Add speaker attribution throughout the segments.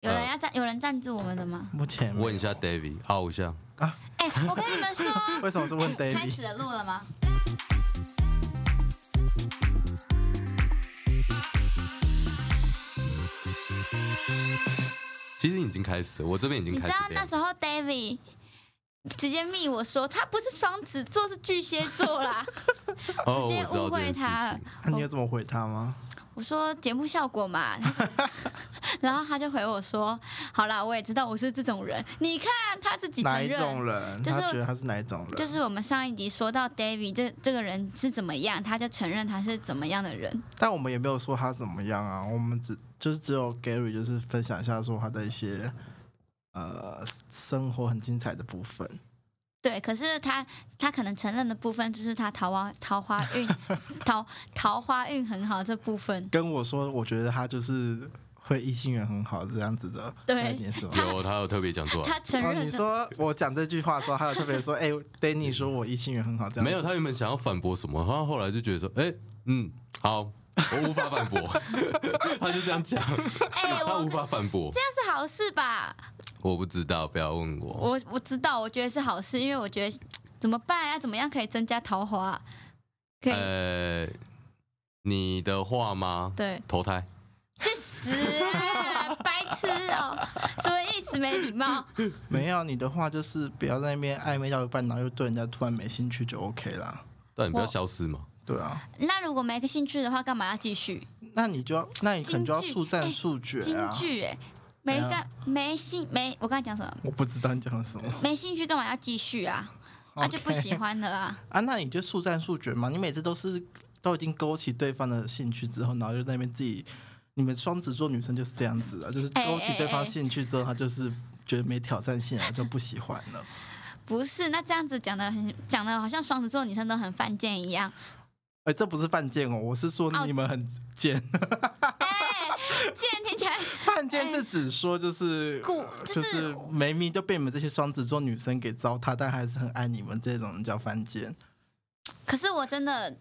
Speaker 1: 有
Speaker 2: 嗯
Speaker 1: 人要赞，有人赞助我们的 吗？
Speaker 2: 目前没有，
Speaker 3: 问一下 David，凹一下。
Speaker 1: 哎、我跟你们说
Speaker 2: 为什么是 问
Speaker 1: 哎
Speaker 2: David？
Speaker 1: 开始了录了吗？
Speaker 3: 其实已经开始了，我这边已经
Speaker 1: 你
Speaker 3: 开
Speaker 1: 知
Speaker 3: 始
Speaker 1: 道那
Speaker 3: 亮。
Speaker 1: 时候 David 直接密我说他不是双子座，是巨蟹座啦，
Speaker 3: 哦，
Speaker 1: 直
Speaker 3: 我
Speaker 1: 接
Speaker 3: 知道
Speaker 1: 误
Speaker 3: 这
Speaker 1: 会
Speaker 3: 件事
Speaker 1: 他了
Speaker 3: 情。。
Speaker 2: 那 你有怎么回他吗？
Speaker 1: 我说节目效果嘛，他 说然后他就回我说：“好啦，我也知道我是这种人，你看他自己承
Speaker 2: 哪一种
Speaker 1: 认。”
Speaker 2: 人？
Speaker 1: 就是
Speaker 2: 他觉得他是哪一种人？
Speaker 1: 就是我们上一集说到 David 这这个人是怎么样，他就承认他是怎么样的人。
Speaker 2: 但我们也没有说他怎么样啊，我们只就是只有 Gary 就是分享一下说他的一些呃生活很精彩的部分。
Speaker 1: 对，可是他他可能承认的部分就是他桃花桃花运桃桃花运很好这部分。
Speaker 2: 跟我说，我觉得他就是会异性缘很好这样子的
Speaker 1: 对
Speaker 2: 概念是吗？
Speaker 3: 有，他有特别讲出来。
Speaker 1: 他承
Speaker 2: 哦，
Speaker 1: 认
Speaker 2: 你
Speaker 1: 的，
Speaker 2: 说我讲这句话的时候，他有特别说，哎、d a n n y 说我异性缘很好，这样子
Speaker 3: 没有，他原本想要反驳什么，他后来就觉得说，哎、嗯，好，我无法反驳， 他就这样讲，
Speaker 1: 哎、
Speaker 3: 他
Speaker 1: 我
Speaker 3: 无法反驳，
Speaker 1: 这是好事吧？
Speaker 3: 我不知道，不要问我。
Speaker 1: 我我知道，我觉得是好事，因为我觉得怎么办啊要怎么样可以增加桃花？可以、
Speaker 3: 呃，你的话吗？
Speaker 1: 对，
Speaker 3: 投胎，
Speaker 1: 去死啊、白痴哦、什么意思？没礼貌。
Speaker 2: 没有你的话就是不要在那边暧昧到一半，然后又对人家突然没兴趣就 OK 啦。
Speaker 3: 但你不要
Speaker 1: 我
Speaker 3: 消失嘛。
Speaker 2: 对啊，
Speaker 1: 那如果没个兴趣的话，干嘛要继续？
Speaker 2: 那你就要，那你可能就要
Speaker 1: 京剧
Speaker 2: 速战速决
Speaker 1: 京
Speaker 2: 啊。
Speaker 1: 剧哎，没
Speaker 2: 怎
Speaker 1: 干没兴没，我刚才讲什么？
Speaker 2: 我不知道你讲的什么。
Speaker 1: 没兴趣干嘛要继续啊？啊就不
Speaker 2: OK
Speaker 1: 喜欢了啊。
Speaker 2: 啊，那你就速战速决嘛。你每次都是都已经勾起对方的兴趣之后，然后就在那边自己，你们双子座女生就是这样子啊，就是
Speaker 1: 哎
Speaker 2: 勾起
Speaker 1: 哎
Speaker 2: 对方
Speaker 1: 哎
Speaker 2: 兴趣之后，她就是觉得没挑战性啊，就不喜欢
Speaker 1: 哎
Speaker 2: 了。
Speaker 1: 不是，那这样子讲的很讲的好像双子座女生都很犯贱一样。
Speaker 2: 哎、这不是犯贱哦，我是说
Speaker 1: 哦
Speaker 2: 你们很贱。
Speaker 1: 哎、既然听起来
Speaker 2: 犯贱是指说就是
Speaker 1: 故
Speaker 2: 呃
Speaker 1: 哎就是
Speaker 2: 就是明明就被你们这些双子座女生给糟蹋，但还是很爱你们，这种人叫犯贱。
Speaker 1: 可是我真的，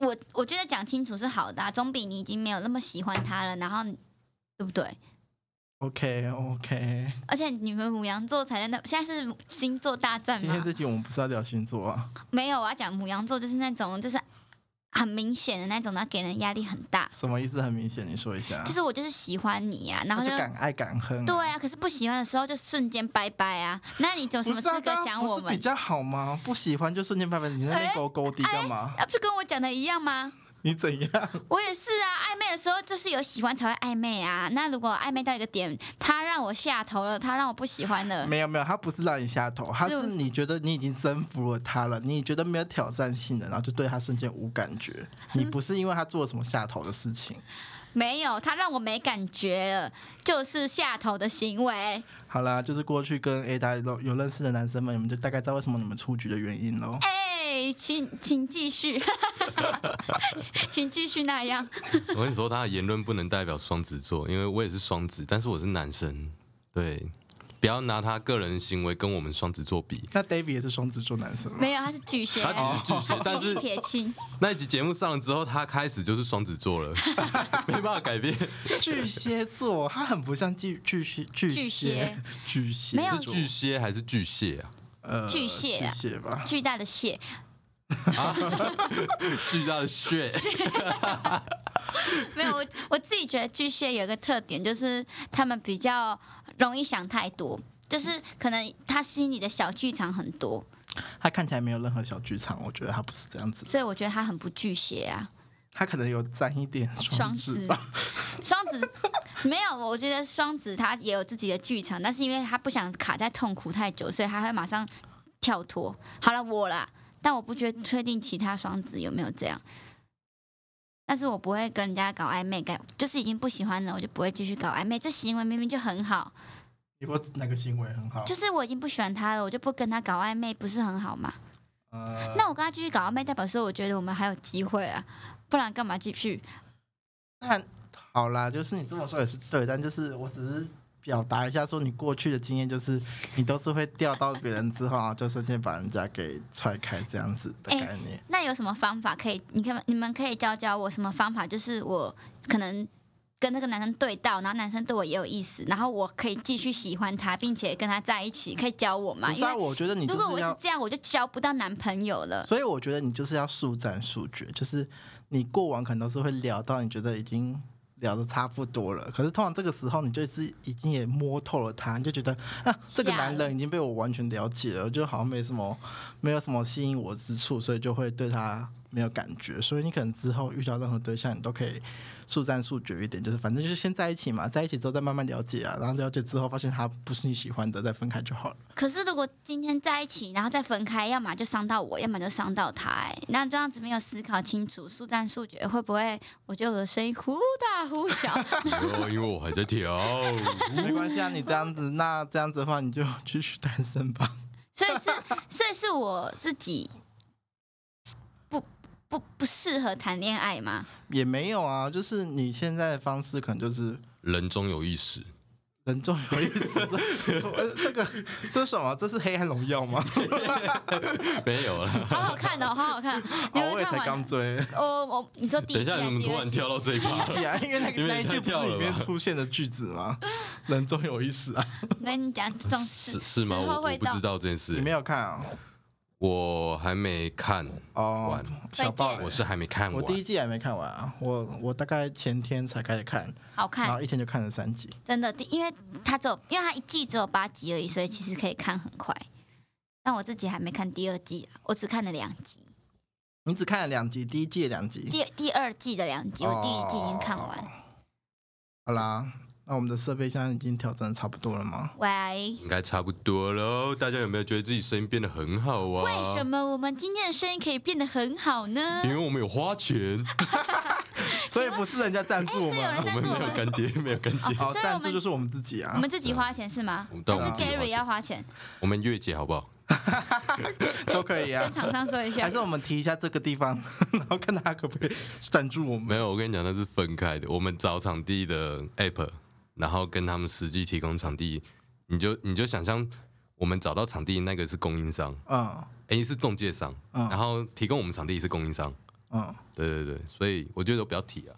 Speaker 1: 我我觉得讲清楚是好的、啊，总比你已经没有那么喜欢他了，然后对不对？
Speaker 2: OK OK，
Speaker 1: 而且你们母羊座才在那，现在是星座大战
Speaker 2: 今天
Speaker 1: 吗
Speaker 2: 这？集我们不是要聊星座啊，
Speaker 1: 没有，我要讲母羊座就是那种就是很明显的那种，然后给人压力很大。
Speaker 2: 什么意思？很明显，你说一下。
Speaker 1: 就是我就是喜欢你啊，然后
Speaker 2: 那
Speaker 1: 就
Speaker 2: 就敢爱敢恨、
Speaker 1: 对啊，可是不喜欢的时候就瞬间拜拜啊，那你有什
Speaker 2: 不
Speaker 1: 么
Speaker 2: 是啊，
Speaker 1: 资格
Speaker 2: 刚
Speaker 1: 讲
Speaker 2: 刚不
Speaker 1: 我
Speaker 2: 是
Speaker 1: 们？
Speaker 2: 比较好吗？不喜欢就瞬间拜拜，你在那边
Speaker 1: 哎
Speaker 2: 勾勾地干嘛？
Speaker 1: 啊那不是跟我讲的一样吗？
Speaker 2: 你怎样？
Speaker 1: 我也是啊，暧昧的时候就是有喜欢才会暧昧啊。那如果暧昧到一个点，他让我下头了，他让我不喜欢了，
Speaker 2: 没有没有，他不是让你下头，他
Speaker 1: 是
Speaker 2: 是你觉得你已经征服了他了，你觉得没有挑战性的，然后就对他瞬间无感觉。
Speaker 1: 嗯
Speaker 2: 你不是因为他做了什么下头的事情。
Speaker 1: 没有，他让我没感觉了，就是下头的行为。
Speaker 2: 好啦，就是过去跟 A 大有有认识的男生们，你们就大概知道为什么你们出局的原因喽。
Speaker 1: 哎，请请继续， 请继续那样。
Speaker 3: 我跟你说，他的言论不能代表双子座，因为我也是双子，但是我是男生，对，不要拿他个人的行为跟我们双子座比。
Speaker 2: 那 David 也是双子座男生吗？
Speaker 1: 没有，他是巨蟹，
Speaker 3: 他只是巨蟹，但
Speaker 1: 极力
Speaker 3: 是
Speaker 1: 撇清。
Speaker 3: 那一集节目上了之后，他开始就是双子座了， 没办法改变。
Speaker 2: 巨蟹座，他很不像巨巨蟹巨
Speaker 1: 巨
Speaker 2: 蟹
Speaker 1: 蟹
Speaker 2: 巨 蟹
Speaker 1: 没有
Speaker 3: 是巨蟹还是巨蟹啊？
Speaker 2: 呃
Speaker 1: 巨蟹
Speaker 2: 巨
Speaker 1: 啊
Speaker 2: 蟹吧。
Speaker 1: 巨大的蟹，
Speaker 3: 巨大的蟹，
Speaker 1: 没有我我自己觉得巨蟹有一个特点，就是他们比较容易想太多，就是可能他心里的小剧场很多，
Speaker 2: 他看起来没有任何小剧场，我觉得他不是这样子的，
Speaker 1: 所以我觉得他很不巨蟹啊。
Speaker 2: 他可能有沾一点
Speaker 1: 双
Speaker 2: 双
Speaker 1: 子
Speaker 2: 子吧。，
Speaker 1: 双子没有，我觉得双子他也有自己的剧场，但是因为他不想卡在痛苦太久，所以他会马上跳脱。好了，我啦，但我不确确定其他双子有没有这样。但是我不会跟人家搞暧昧，该就是已经不喜欢了，我就不会继续搞暧昧。这行为明明就很好，
Speaker 2: 你说哪个行为很好？
Speaker 1: 就是我已经不喜欢他了，我就不跟他搞暧昧，不是很好吗？
Speaker 2: 呃，
Speaker 1: 那我跟他继续搞暧昧，代表说我觉得我们还有机会啊，不然干嘛继续？
Speaker 2: 那好啦，就是你这么说也是对，但就是我只是表达一下，说你过去的经验就是你都是会钓到别人之后啊，就瞬间把人家给踹开这样子
Speaker 1: 哎
Speaker 2: 的概念。
Speaker 1: 那有什么方法可以？你看，你们可以教教我什么方法？就是我可能跟那个男生对到，然后男生对我也有意思，然后我可以继续喜欢他，并且跟他在一起，可以教我嘛？
Speaker 2: 不是
Speaker 1: 因
Speaker 2: 啊，
Speaker 1: 为
Speaker 2: 我觉得你就
Speaker 1: 如果我
Speaker 2: 是
Speaker 1: 一直
Speaker 2: 要，
Speaker 1: 这样，我就交不到男朋友了。
Speaker 2: 所以我觉得你就是要速战速决，就是你过往可能都是会聊到你觉得已经聊的差不多了，可是通常这个时候你就是已经也摸透了他，你就觉得啊，这个
Speaker 1: 吓
Speaker 2: 男
Speaker 1: 了
Speaker 2: 人已经被我完全了解了，就好像没什么没有什么吸引我之处，所以就会对他。没有感觉，所以你可能之后遇到任何对象，你都可以速战速决一点，就是反正就是先在一起嘛，在一起之后再慢慢了解啊，然后了解之后发现他不是你喜欢的，再分开就好了。
Speaker 1: 可是如果今天在一起，然后再分开，要么就伤到我，要么就伤到他、哎，那这样子没有思考清楚，速战速决，会不会我觉得我的声音忽大忽小？
Speaker 3: 哦，因为我还在跳。
Speaker 2: 没关系啊，你这样子，那这样子的话，你就继续单身吧。
Speaker 1: 所以是，所以是我自己不不不适合谈恋爱吗？
Speaker 2: 也没有啊，就是你现在的方式可能就是
Speaker 3: 人终有一死，
Speaker 2: 人重有意思。 什么这个这是什么？这是黑暗荣耀 吗？
Speaker 3: 没有了。
Speaker 1: 好好看哦，好好 看！你
Speaker 2: 哦，我
Speaker 1: 们
Speaker 2: 也
Speaker 1: 看
Speaker 2: 才
Speaker 1: 完
Speaker 2: 刚
Speaker 1: 了？
Speaker 2: 追。
Speaker 1: 我我你说第一
Speaker 3: 等一
Speaker 1: 季
Speaker 3: 下，
Speaker 1: 还是第二
Speaker 3: 你们突然
Speaker 1: 季？
Speaker 3: 跳到这一趴，
Speaker 2: 是啊，因为那个
Speaker 3: 因
Speaker 2: 那
Speaker 3: 为
Speaker 2: 一
Speaker 3: 你
Speaker 2: 句
Speaker 3: 太
Speaker 2: 不是
Speaker 3: 跳
Speaker 2: 里
Speaker 3: 了吧
Speaker 2: 面出现的句子吗？人终有一死啊！
Speaker 1: 我跟你 讲，这种
Speaker 3: 是
Speaker 1: 事
Speaker 3: 是吗？
Speaker 1: 时候
Speaker 3: 我我
Speaker 1: 会
Speaker 3: 不
Speaker 1: 到
Speaker 3: 知。道这件
Speaker 2: 你
Speaker 3: 事，
Speaker 2: 没有看啊？
Speaker 3: 我还没看，
Speaker 2: 哦
Speaker 3: 完，
Speaker 2: 小爆
Speaker 1: 再
Speaker 2: 雷
Speaker 3: 我！是还没看
Speaker 2: 我
Speaker 3: 完。
Speaker 2: 第一季还没看完啊，我我大概前天才开始看，
Speaker 1: 好
Speaker 2: 然
Speaker 1: 看
Speaker 2: 后，一天就看了三集。
Speaker 1: 真的，第因为它只有，因为它一季只有八集而已，所以其实可以看很快。但我自己还没看第二季啊，我只看了两集，
Speaker 2: 你只看了两集，第一季的两集。
Speaker 1: 第第二季的两集，我第一季已经看完。
Speaker 2: 哦好啦，那我们的设备现在已经调整的差不多了吗？
Speaker 1: 喂，
Speaker 3: 应该差不多喽。大家有没有觉得自己声音变得很好啊？
Speaker 1: 为什？么我们今天的声音可以变得很好呢？
Speaker 3: 因为我们有花钱，
Speaker 1: 啊
Speaker 2: 所以不是人家赞助我
Speaker 1: 哎是有人
Speaker 2: 们，
Speaker 1: 赞
Speaker 3: 我
Speaker 1: 助
Speaker 3: 们
Speaker 1: 我
Speaker 3: 没有
Speaker 1: 们，
Speaker 3: 干爹， 没有干爹。
Speaker 1: 所以我
Speaker 2: 好
Speaker 1: 们
Speaker 2: 赞助就是我们自己啊
Speaker 1: 我。们自己花钱是吗
Speaker 3: 我们？对
Speaker 1: 还
Speaker 3: 我
Speaker 1: 是
Speaker 3: 们自己花钱
Speaker 1: Gary 啊要花钱？
Speaker 3: 我们月姐好不好？
Speaker 1: 嗯
Speaker 2: 都可以啊
Speaker 1: 跟。厂商说一下
Speaker 2: 还。是我们提一下这个地方，然后看他可不可以赞助我
Speaker 3: 没
Speaker 2: 们。
Speaker 3: 有，我跟你讲，那是分开的。我们找场地的 app，然后跟他们实际提供场地，你就你就想象我们找到场地那个是供应商，
Speaker 2: 嗯
Speaker 3: 哎，是中介商，
Speaker 2: 嗯
Speaker 3: 然后提供我们场地是供应商。
Speaker 2: 嗯，
Speaker 3: 对对对，所以我觉得都不要提啊，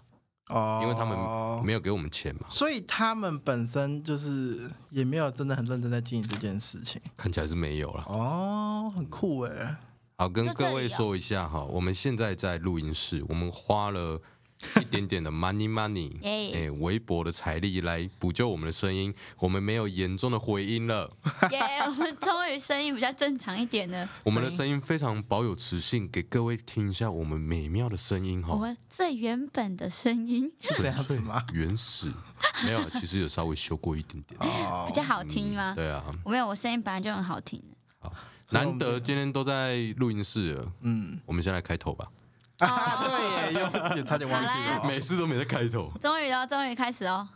Speaker 2: 哦，
Speaker 3: 因为他们，没有给我们钱嘛，
Speaker 2: 所以他们本身就是也没有真的很认真在经营这件事情。
Speaker 3: 看起来是没有了。
Speaker 2: 哦，很酷哎。
Speaker 3: 好，跟
Speaker 1: 就这
Speaker 3: 各位
Speaker 1: 里啊
Speaker 3: 说一下哈，我们现在在录音室，我们花了一点点的 money money，
Speaker 1: 耶
Speaker 3: 哎，微薄的财力来补救我们的声音，我们没有严重的回 音了，
Speaker 1: 耶我们终于声音比较正常一点了。
Speaker 3: 我们的声音非常保有磁性，给各位听一下我们美妙的声音
Speaker 1: 我
Speaker 3: 哈，
Speaker 1: 们最原本的声音
Speaker 2: 是这样 子吗？
Speaker 3: 原始没有，其实有稍微修过一点点，
Speaker 2: 哦
Speaker 1: 比，较好听吗？
Speaker 3: 对啊，
Speaker 1: 我没有，我声音本来就很好听的。
Speaker 2: 所以
Speaker 3: 难
Speaker 2: 我们就
Speaker 3: 得今天都在录音室了，
Speaker 2: 嗯，
Speaker 3: 我们先来开头吧，
Speaker 2: 啊，对耶，又也差点忘记了
Speaker 1: 好
Speaker 2: 哦。
Speaker 3: 每次都没在开头，
Speaker 1: 终于了，终于开始哦！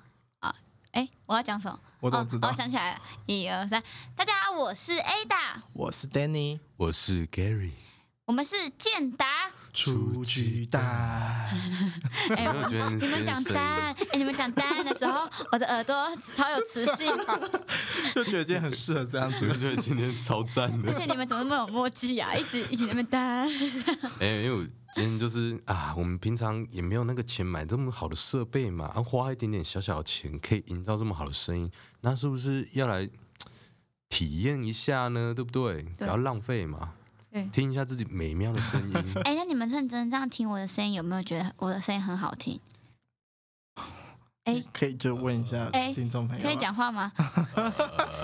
Speaker 1: 啊，哎，我要讲什么？
Speaker 2: 我怎么知道
Speaker 1: 哦，我想起来了，一二三，大家好，我是 Ada，
Speaker 2: 我是 Danny，
Speaker 3: 我是 Gary，
Speaker 1: 我们是健达。
Speaker 2: 出巨蛋。
Speaker 1: 哎，
Speaker 3: 有没有
Speaker 1: 我
Speaker 3: 觉得
Speaker 1: 你们讲
Speaker 3: 声音
Speaker 1: 丹，哎，你们讲丹的时候，我的耳朵超有磁性，
Speaker 2: 就觉得今天很适合这样
Speaker 3: 我
Speaker 2: 子。
Speaker 3: 觉得今天超赞的
Speaker 1: 而。且你们怎么那么有默契啊？一直一起在那边丹，
Speaker 3: 哎、因为我今天就是啊，我们平常也没有那个钱买这么好的设备嘛，啊，花一点点小小的钱可以营造这么好的声音，那是不是要来嘖体验一下呢？对不对？不要浪费嘛
Speaker 1: 对，
Speaker 3: 听一下自己美妙的 声音。
Speaker 1: 哎，那你们认真这样听我的声音，有没有觉得我的声音很好听？哎
Speaker 2: 可以就问一下
Speaker 1: 哎
Speaker 2: 听众朋友，
Speaker 1: 可以。讲话 吗？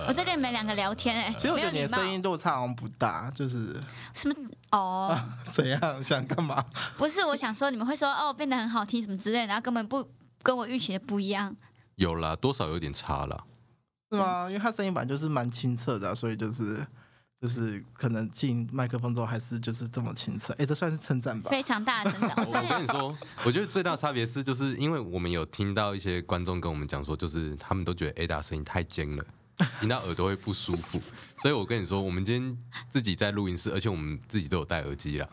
Speaker 1: 我在跟你们两个聊天哎、
Speaker 2: 其实我
Speaker 1: 没
Speaker 2: 觉
Speaker 1: 有
Speaker 2: 得你
Speaker 1: 礼
Speaker 2: 的
Speaker 1: 貌。
Speaker 2: 声音落差好像不大，就是
Speaker 1: 什么？哦，
Speaker 2: 怎样想干嘛？
Speaker 1: 不是，我想说你们会说哦变得很好听什么之类，然后根本不跟我预期的不一样。
Speaker 3: 有啦，多少有点差啦。
Speaker 2: 是吗？因为他声音本来就是蛮清澈的啊、所以就是就是可能进麦克风之后还是就是这么清澈。哎，这算是称赞吧？
Speaker 1: 非常大的成长。
Speaker 3: 我
Speaker 1: 我差
Speaker 3: 我跟
Speaker 1: 点
Speaker 3: 你说，我觉得最大的差别是，就是因为我们有听到一些观众跟我们讲说，就是他们都觉得 Ada 声音太尖了，听到耳朵会不舒服。所以我跟你说，我们今天自己在录音室，而且我们自己都有戴耳机啦，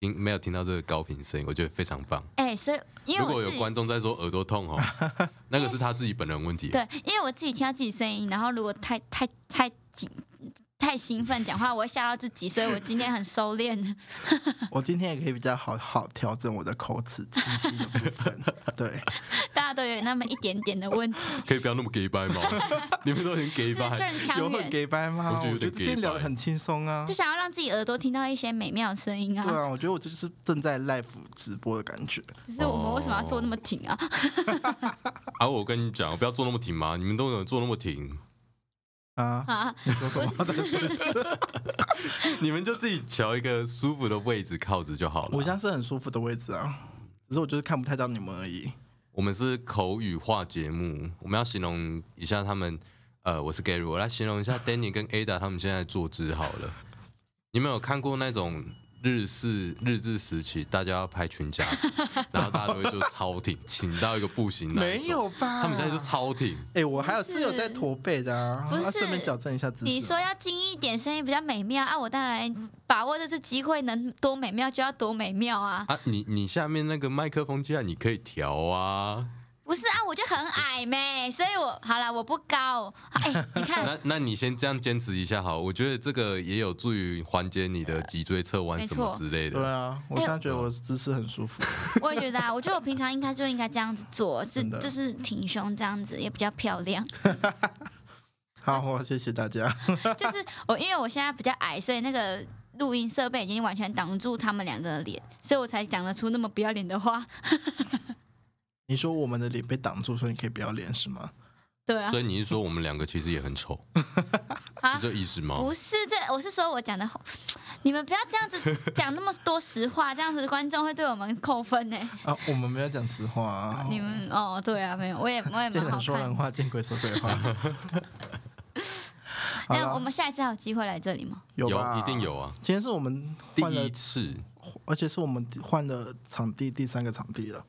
Speaker 3: 听没有听到这个高频声音，我觉得非常棒。
Speaker 1: 哎、所以因为
Speaker 3: 如
Speaker 1: 我
Speaker 3: 果
Speaker 1: 自
Speaker 3: 有
Speaker 1: 己
Speaker 3: 观众在说耳朵痛 哦，那个是他自己本人问题。
Speaker 1: 对，因为我自己听到自己声音，然后如果太太太紧。太兴奋讲话，我会吓到自己，所以我今天很收敛。
Speaker 2: 我今天也可以比较好好调整我的口齿清晰的部 分。对，
Speaker 1: 大家都有那么一点点的 问题，
Speaker 3: 可以不要那么 gay 掰吗？ 你们都很 gay
Speaker 1: 这这
Speaker 3: 掰，
Speaker 1: 很强
Speaker 2: 有很
Speaker 1: 人，
Speaker 2: 给掰吗？
Speaker 3: 我觉得有
Speaker 2: 我
Speaker 3: 点
Speaker 2: 觉得今天聊得
Speaker 3: gay 掰
Speaker 2: 很轻松啊
Speaker 1: 就。想要让自己耳朵听到一些美妙的声音
Speaker 2: 对
Speaker 1: 啊。
Speaker 2: 啊，我觉得我这就是正在 live 直播的感觉。
Speaker 1: 只是我们为什么要做那么挺啊？
Speaker 3: 啊，我跟你讲，不要做那么挺嘛，你们都有做那么挺，
Speaker 2: 啊，
Speaker 1: 啊，
Speaker 2: 你说什么？
Speaker 1: 不是，
Speaker 3: 你们就自己瞧一个舒服的位置靠着就好了。
Speaker 2: 我现在是很舒服的位置啊，只是我就是看不太到你们而已。
Speaker 3: 我们是口语化节目，我们要形容一下他们。呃，我是 Gary，我来形容一下 Danny 跟 Ada 他们现在的坐姿好了。你们有看过那种日式日治时期，大家要拍群架，然后大家都会做超挺，挺到一个不行那一
Speaker 2: 没
Speaker 3: 种。
Speaker 2: 有啊吧？
Speaker 3: 他们现在就超挺，
Speaker 2: 哎、我还有室友在驼背的啊，
Speaker 1: 不是
Speaker 2: 要顺便矫正一下姿势。
Speaker 1: 你说要精一点，声音比较美妙啊！我当然把握这次机会，能多美妙就要多美妙啊！
Speaker 3: 啊，你你下面那个麦克风架你可以调啊，
Speaker 1: 不是啊，我就很矮妹，所以我好了，我不高。哎、你看，
Speaker 3: 那那你先这样坚持一下好，我觉得这个也有助于缓解你的脊椎侧弯
Speaker 1: 没
Speaker 3: 什么
Speaker 1: 错
Speaker 3: 之类
Speaker 2: 对
Speaker 3: 的。
Speaker 2: 啊，我现在觉得我姿势很舒服。
Speaker 1: 我也觉得啊，我觉得我平常应该就应该这样子做，就
Speaker 2: 真的
Speaker 1: 就是挺胸这样子也比较漂亮。
Speaker 2: 好，我谢谢大家。
Speaker 1: 就是我，因为我现在比较矮，所以那个录音设备已经完全挡住他们两个的脸，所以我才讲得出那么不要脸的话。
Speaker 2: 你说我们的脸被挡住，所以你可以不要脸是吗？
Speaker 1: 对啊
Speaker 3: 所，以你是说我们两个其实也很丑，
Speaker 1: 啊
Speaker 3: 是这意思吗？
Speaker 1: 不是这，我是说我讲的， 你们不要这样 子讲那么多实话，这样子观众会对我们扣分呢。
Speaker 3: 哦
Speaker 2: 啊，我们没有讲实话啊。
Speaker 1: 你们哦，对啊，没有，我也我也
Speaker 2: 见
Speaker 1: 蛮好
Speaker 2: 人说人
Speaker 1: 看。
Speaker 2: 话，见鬼说鬼话。 好
Speaker 1: 那
Speaker 2: 了
Speaker 1: 我们下一次还有机会来这里吗？
Speaker 2: 有吧
Speaker 3: 有一定。有啊，
Speaker 2: 今天是我们
Speaker 3: 第
Speaker 2: 换了
Speaker 3: 一，次，
Speaker 2: 而且是我们换了场地第三个场地了。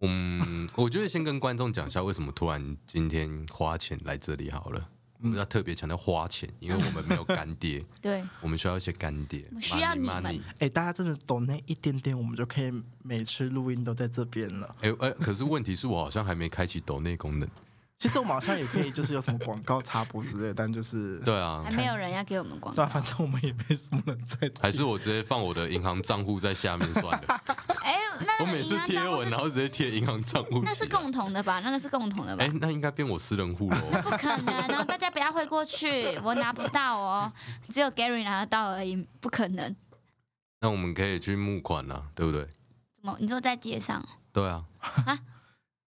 Speaker 3: 嗯，我觉得先跟观众讲一下为什么突然今天花钱来这里好了。我
Speaker 2: 嗯
Speaker 3: 们要特别强调花钱，因为我们没有干爹，
Speaker 1: 对，
Speaker 3: 我们需要一些干爹，
Speaker 1: 需要你们
Speaker 3: money，money
Speaker 2: 哎，大家真的懂那一点点，我们就可以每次录音都在这边了。
Speaker 3: 哎、哎、可是问题是我好像还没开启抖内功能。
Speaker 2: 其实我们好像也可以，就是有什么广告插播之类的，但就是
Speaker 3: 对啊
Speaker 1: 还，没有人要给我们广告
Speaker 2: 对啊，。反正我们也没什么人在听。
Speaker 3: 还是我直接放我的银行账户在下面算 了。
Speaker 1: 哎，那
Speaker 3: 啊我
Speaker 1: 个
Speaker 3: 每
Speaker 1: 银
Speaker 3: 次
Speaker 1: 行
Speaker 3: 贴
Speaker 1: 账户
Speaker 3: 文，啊
Speaker 1: 是
Speaker 3: 然后直接贴银行账户起来。啊
Speaker 1: 那是共同的吧？那个是共同的吧
Speaker 3: 哎、？那应该变我私人户了 哦。
Speaker 1: 不可能，啊然后大家不要汇过去，我拿不到哦，只有 Gary 拿得到而已，不可能。
Speaker 3: 那我们可以去募款啦，对不对？
Speaker 1: 怎么？你说在街上？
Speaker 3: 对啊，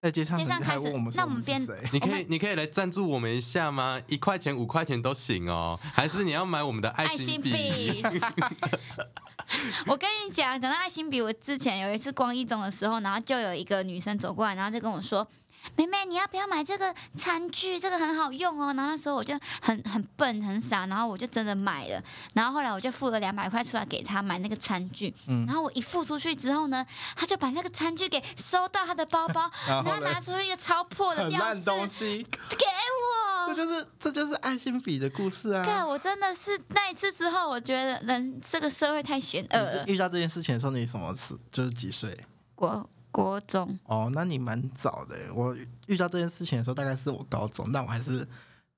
Speaker 2: 在 街上，
Speaker 1: 街上
Speaker 2: 人家
Speaker 1: 开
Speaker 2: 还
Speaker 1: 始
Speaker 2: 问我们
Speaker 1: 那
Speaker 2: 说
Speaker 1: 我
Speaker 2: 我
Speaker 1: 们
Speaker 2: 们
Speaker 1: 边
Speaker 2: 是谁？
Speaker 3: 你可
Speaker 1: 我
Speaker 3: 以
Speaker 1: 们，
Speaker 3: 你可以来赞助我们一下吗？一块钱、五块钱都行哦。还是你要买我们的爱
Speaker 1: 爱心
Speaker 3: 心笔？
Speaker 1: 笔。我跟你讲，讲到爱心笔，我之前有一次逛一中的时候，然后就有一个女生走过来，然后就跟我说：“妹妹，你要不要买这个餐具？这个很好用哦。”然后那时候我就很很笨很傻，然后我就真的买了。然后后来我就付了两百块出来给她买那个餐具。
Speaker 2: 嗯
Speaker 1: 然后我一付出去之后呢，她就把那个餐具给收到她的包包，
Speaker 2: 然
Speaker 1: 然
Speaker 2: 后
Speaker 1: 后
Speaker 2: 呢
Speaker 1: 拿出一个超破的
Speaker 2: 很
Speaker 1: 吊
Speaker 2: 烂
Speaker 1: 饰
Speaker 2: 东西，
Speaker 1: 给我。
Speaker 2: 这就是这就是爱心笔的故事
Speaker 1: 对，
Speaker 2: 啊。
Speaker 1: 我真的是那一次之后，我觉得人这个社会太险恶
Speaker 2: 你
Speaker 1: 了
Speaker 2: 这。呃遇到这件事情的时候，你什么时就是几岁？
Speaker 1: 国国中，
Speaker 2: 哦，那你蛮早的耶。我遇到这件事情的时候，大概是我高中，但我还是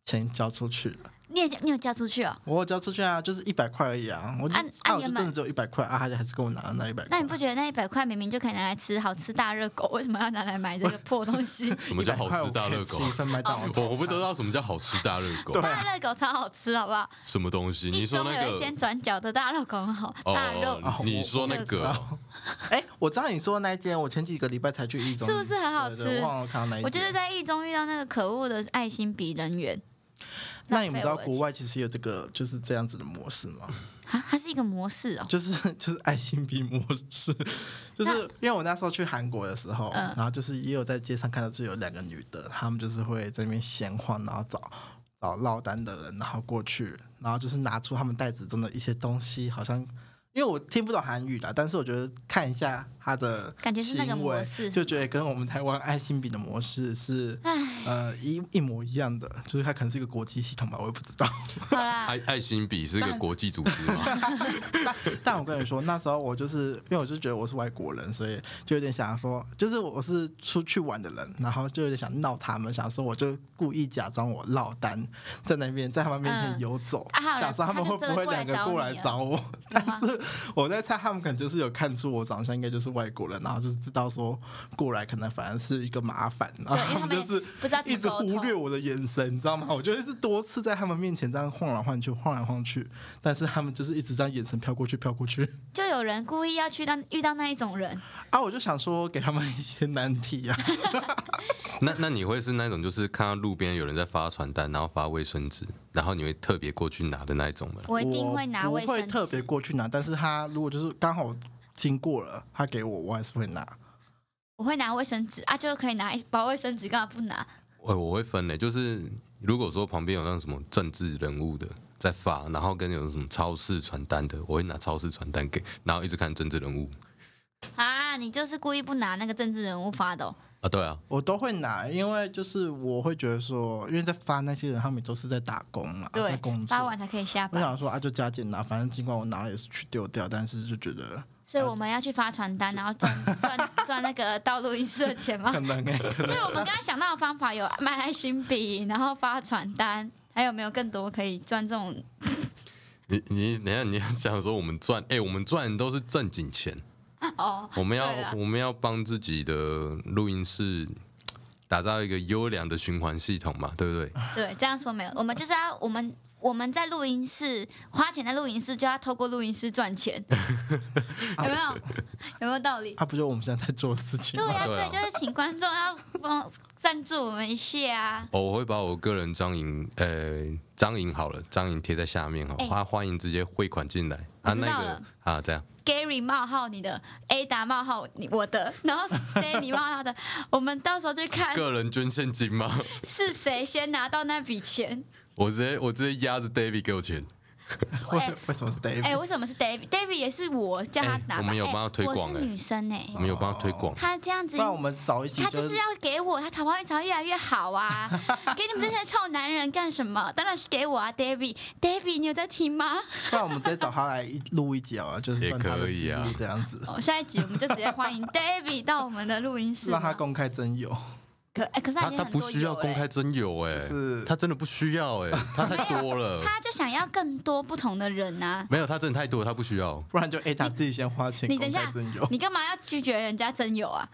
Speaker 2: 钱交出去了。
Speaker 1: 你也你有嫁出去哦？
Speaker 2: 我有交出去啊，就是一百块而已啊。我就
Speaker 1: 啊
Speaker 2: 啊
Speaker 1: 啊
Speaker 2: 我就
Speaker 1: 你有买
Speaker 2: 真的只有一百块啊，他还是给我拿了那一百块。
Speaker 1: 那你不觉得那一百块明明就可以拿来吃好吃大热狗，为什么要拿来买这个破东 西？
Speaker 3: 什么叫好吃大热狗
Speaker 2: 一？份麦当劳
Speaker 3: 我我不知道什么叫好吃大热狗
Speaker 2: 对，
Speaker 1: 大热狗超好吃，好不好？
Speaker 3: 什么东西？你
Speaker 1: 一
Speaker 3: 说
Speaker 1: 中
Speaker 3: 那
Speaker 1: 有一
Speaker 3: 个
Speaker 1: 间转角的大热狗很好，大热狗
Speaker 3: 哦，你说那个哦
Speaker 2: 哎、我知道你说的那一间，我前几个礼拜才去一中，
Speaker 1: 是不是很好吃
Speaker 2: 对对我忘了看到那一间。
Speaker 1: 我就是在一中遇到那个可恶的爱心笔人员。
Speaker 2: 那你们知道
Speaker 1: 浪费我的
Speaker 2: 国外其实有这个就是这样子的模式吗？
Speaker 1: 钱啊，它是一个模式哦。
Speaker 2: 就是 就是爱心笔模式，就是
Speaker 1: 那
Speaker 2: 因为我那时候去韩国的时候，
Speaker 1: 嗯
Speaker 2: 然后就是也有在街上看到是有两个女的，她们就是会在那边闲晃，然后找找落单的人，然后过去，然后就是拿出她们袋子中的一些东西，好像。因为我听不懂韩语啦，但是我觉得看一下她的
Speaker 1: 感觉是那个
Speaker 2: 行为
Speaker 1: 模式是
Speaker 2: 就觉得跟我们台湾爱心笔的模式是
Speaker 1: 唉，
Speaker 2: 呃一一模一样的，就是它可能是一个国际系统吧，我也不知道。
Speaker 1: 好啦，
Speaker 3: 爱爱心笔是一个国际组织 嘛，
Speaker 2: 但我跟你说，那时候我就是因为我就觉得我是外国人，所以就有点想说，就是我是出去玩的人，然后就有点想闹他们，想说我就故意假装我落单，在那边在他们面前
Speaker 1: 嗯
Speaker 2: 游走，
Speaker 1: 啊好了
Speaker 2: 想说他们会不会两个过来找我？哦
Speaker 1: 嗯 啊
Speaker 2: 但是我在猜，他们可能就是有看出我长相应该就是外国人，然后就知道说过来可能反而是一个麻烦，然后
Speaker 1: 对因为他们
Speaker 2: 就
Speaker 1: 也
Speaker 2: 是
Speaker 1: 不知道怎
Speaker 2: 一
Speaker 1: 么
Speaker 2: 直
Speaker 1: 沟
Speaker 2: 忽略
Speaker 1: 通。
Speaker 2: 我的眼神，你知道吗？我就是多次在他们面前这样晃来晃去，晃来晃去，但是他们就是一直这样眼神飘过去，飘过去。
Speaker 1: 就有人故意要去当遇到那一种人，
Speaker 2: 啊，我就想说给他们一些难题啊，
Speaker 3: 那那你会是那种就是看到路边有人在发传单，然后发卫生纸，然后你会特别过去拿的那一种吗？
Speaker 1: 我一定会拿
Speaker 2: 我
Speaker 1: 卫
Speaker 2: 不会
Speaker 1: 生
Speaker 2: 特别
Speaker 1: 纸。
Speaker 2: 过去拿，但是他如果就是刚好经过了，他给我，我还是会拿。
Speaker 1: 我会拿卫生纸啊，就可以拿一包卫生纸，干嘛不拿？
Speaker 3: 我我会分嘞，就是如果说旁边有那种什么政治人物的在发，然后跟有什么超市传单的，我会拿超市传单给，然后一直看政治人物
Speaker 1: 啊，你就是故意不拿那个政治人物发的、哦，
Speaker 3: 啊，对啊，
Speaker 2: 我都会拿，因为就是我会觉得说，因为在发那些人，他们都是在打工嘛，在
Speaker 1: 对
Speaker 2: 工，
Speaker 1: 发
Speaker 2: 作
Speaker 1: 完。才可以下
Speaker 2: 我
Speaker 1: 班。
Speaker 2: 想说啊，就加减拿，反正尽管我拿了也是去丢掉，但是就觉得
Speaker 1: 所以我们要去发传单，然后赚 赚赚那个道路一社的钱吗
Speaker 2: 可？能哎、可
Speaker 1: 所
Speaker 2: 能
Speaker 1: 以我们刚刚想到的方法有卖爱心笔，然后发传单，还有没有更多可以赚这种？
Speaker 3: 你你等一下你要想说我们赚，哎、我们赚的都是正经钱，
Speaker 1: 哦，
Speaker 3: 我
Speaker 1: 对
Speaker 3: 们要
Speaker 1: 啦
Speaker 3: 我们要帮自己的录音室打造一个优良的循环系统嘛，对不对？
Speaker 1: 对，这样说没有，我们就是要我们我们在录音室花钱在录音室，就要透过录音室赚钱，有没有？有没有道 理？
Speaker 2: 啊，不就我们现在在做的事情
Speaker 1: 对
Speaker 2: 吗？
Speaker 1: 呀、
Speaker 3: 对
Speaker 1: 所
Speaker 3: 啊
Speaker 1: 以就是请观众要帮赞助我们一下啊！
Speaker 3: 哦，我会把我个人张银，呃，张银好了，张银贴在下面哈，
Speaker 1: 哎
Speaker 3: 欢、欢迎直接汇款进来
Speaker 1: 我
Speaker 3: 啊，
Speaker 1: 知道
Speaker 3: 那个
Speaker 1: 了
Speaker 3: 啊，这样
Speaker 1: Gary 冒号你的，A 打冒号你我的， 然后 Danny 冒号的，我们到时候去看
Speaker 3: 个人捐现金吗？
Speaker 1: 是谁先拿到那笔钱。
Speaker 3: 我直接我直接压着 David 给我钱，
Speaker 2: 为、
Speaker 1: 哎
Speaker 2: 为什么是 David？、
Speaker 1: 哎、为什么是 David？David 也是我叫他拿吧、
Speaker 3: 哎我们有帮他
Speaker 1: 哎
Speaker 3: 推广
Speaker 1: 我
Speaker 3: 哎
Speaker 1: 是女生哎、
Speaker 3: 我们有帮他推广。
Speaker 1: 他这样子
Speaker 2: 不，然我们早一集
Speaker 1: 他
Speaker 2: 就
Speaker 1: 就是要给我，他桃花运才会越来越好 啊！给你们这些臭男人干什么？当然是给我啊，David。David，你有在听吗？
Speaker 2: 不然我们直接找他来一录一集啊， 就是
Speaker 3: 也
Speaker 2: 算他的
Speaker 3: 可以
Speaker 2: 记录
Speaker 3: 啊
Speaker 2: 这样子，
Speaker 1: 哦，下一集我们就直接欢迎 David 到我们的录音室 吗。
Speaker 2: 让他公开真友。
Speaker 1: 可哎、可是
Speaker 3: 他
Speaker 1: 已经
Speaker 3: 他
Speaker 1: 很多
Speaker 3: 不需要
Speaker 1: 有了
Speaker 3: 公
Speaker 1: 欸
Speaker 3: 开真友哎、
Speaker 2: 就是
Speaker 3: 他真的不需要哎、他太多了，
Speaker 1: 他就想要更多不同的人啊！
Speaker 3: 没有他真的太多了，他不需要。
Speaker 2: 不然就 A 他自己先花 钱
Speaker 1: 你等
Speaker 2: 公
Speaker 1: 一下
Speaker 2: 开真友。
Speaker 1: 你干嘛要拒绝人家真友啊？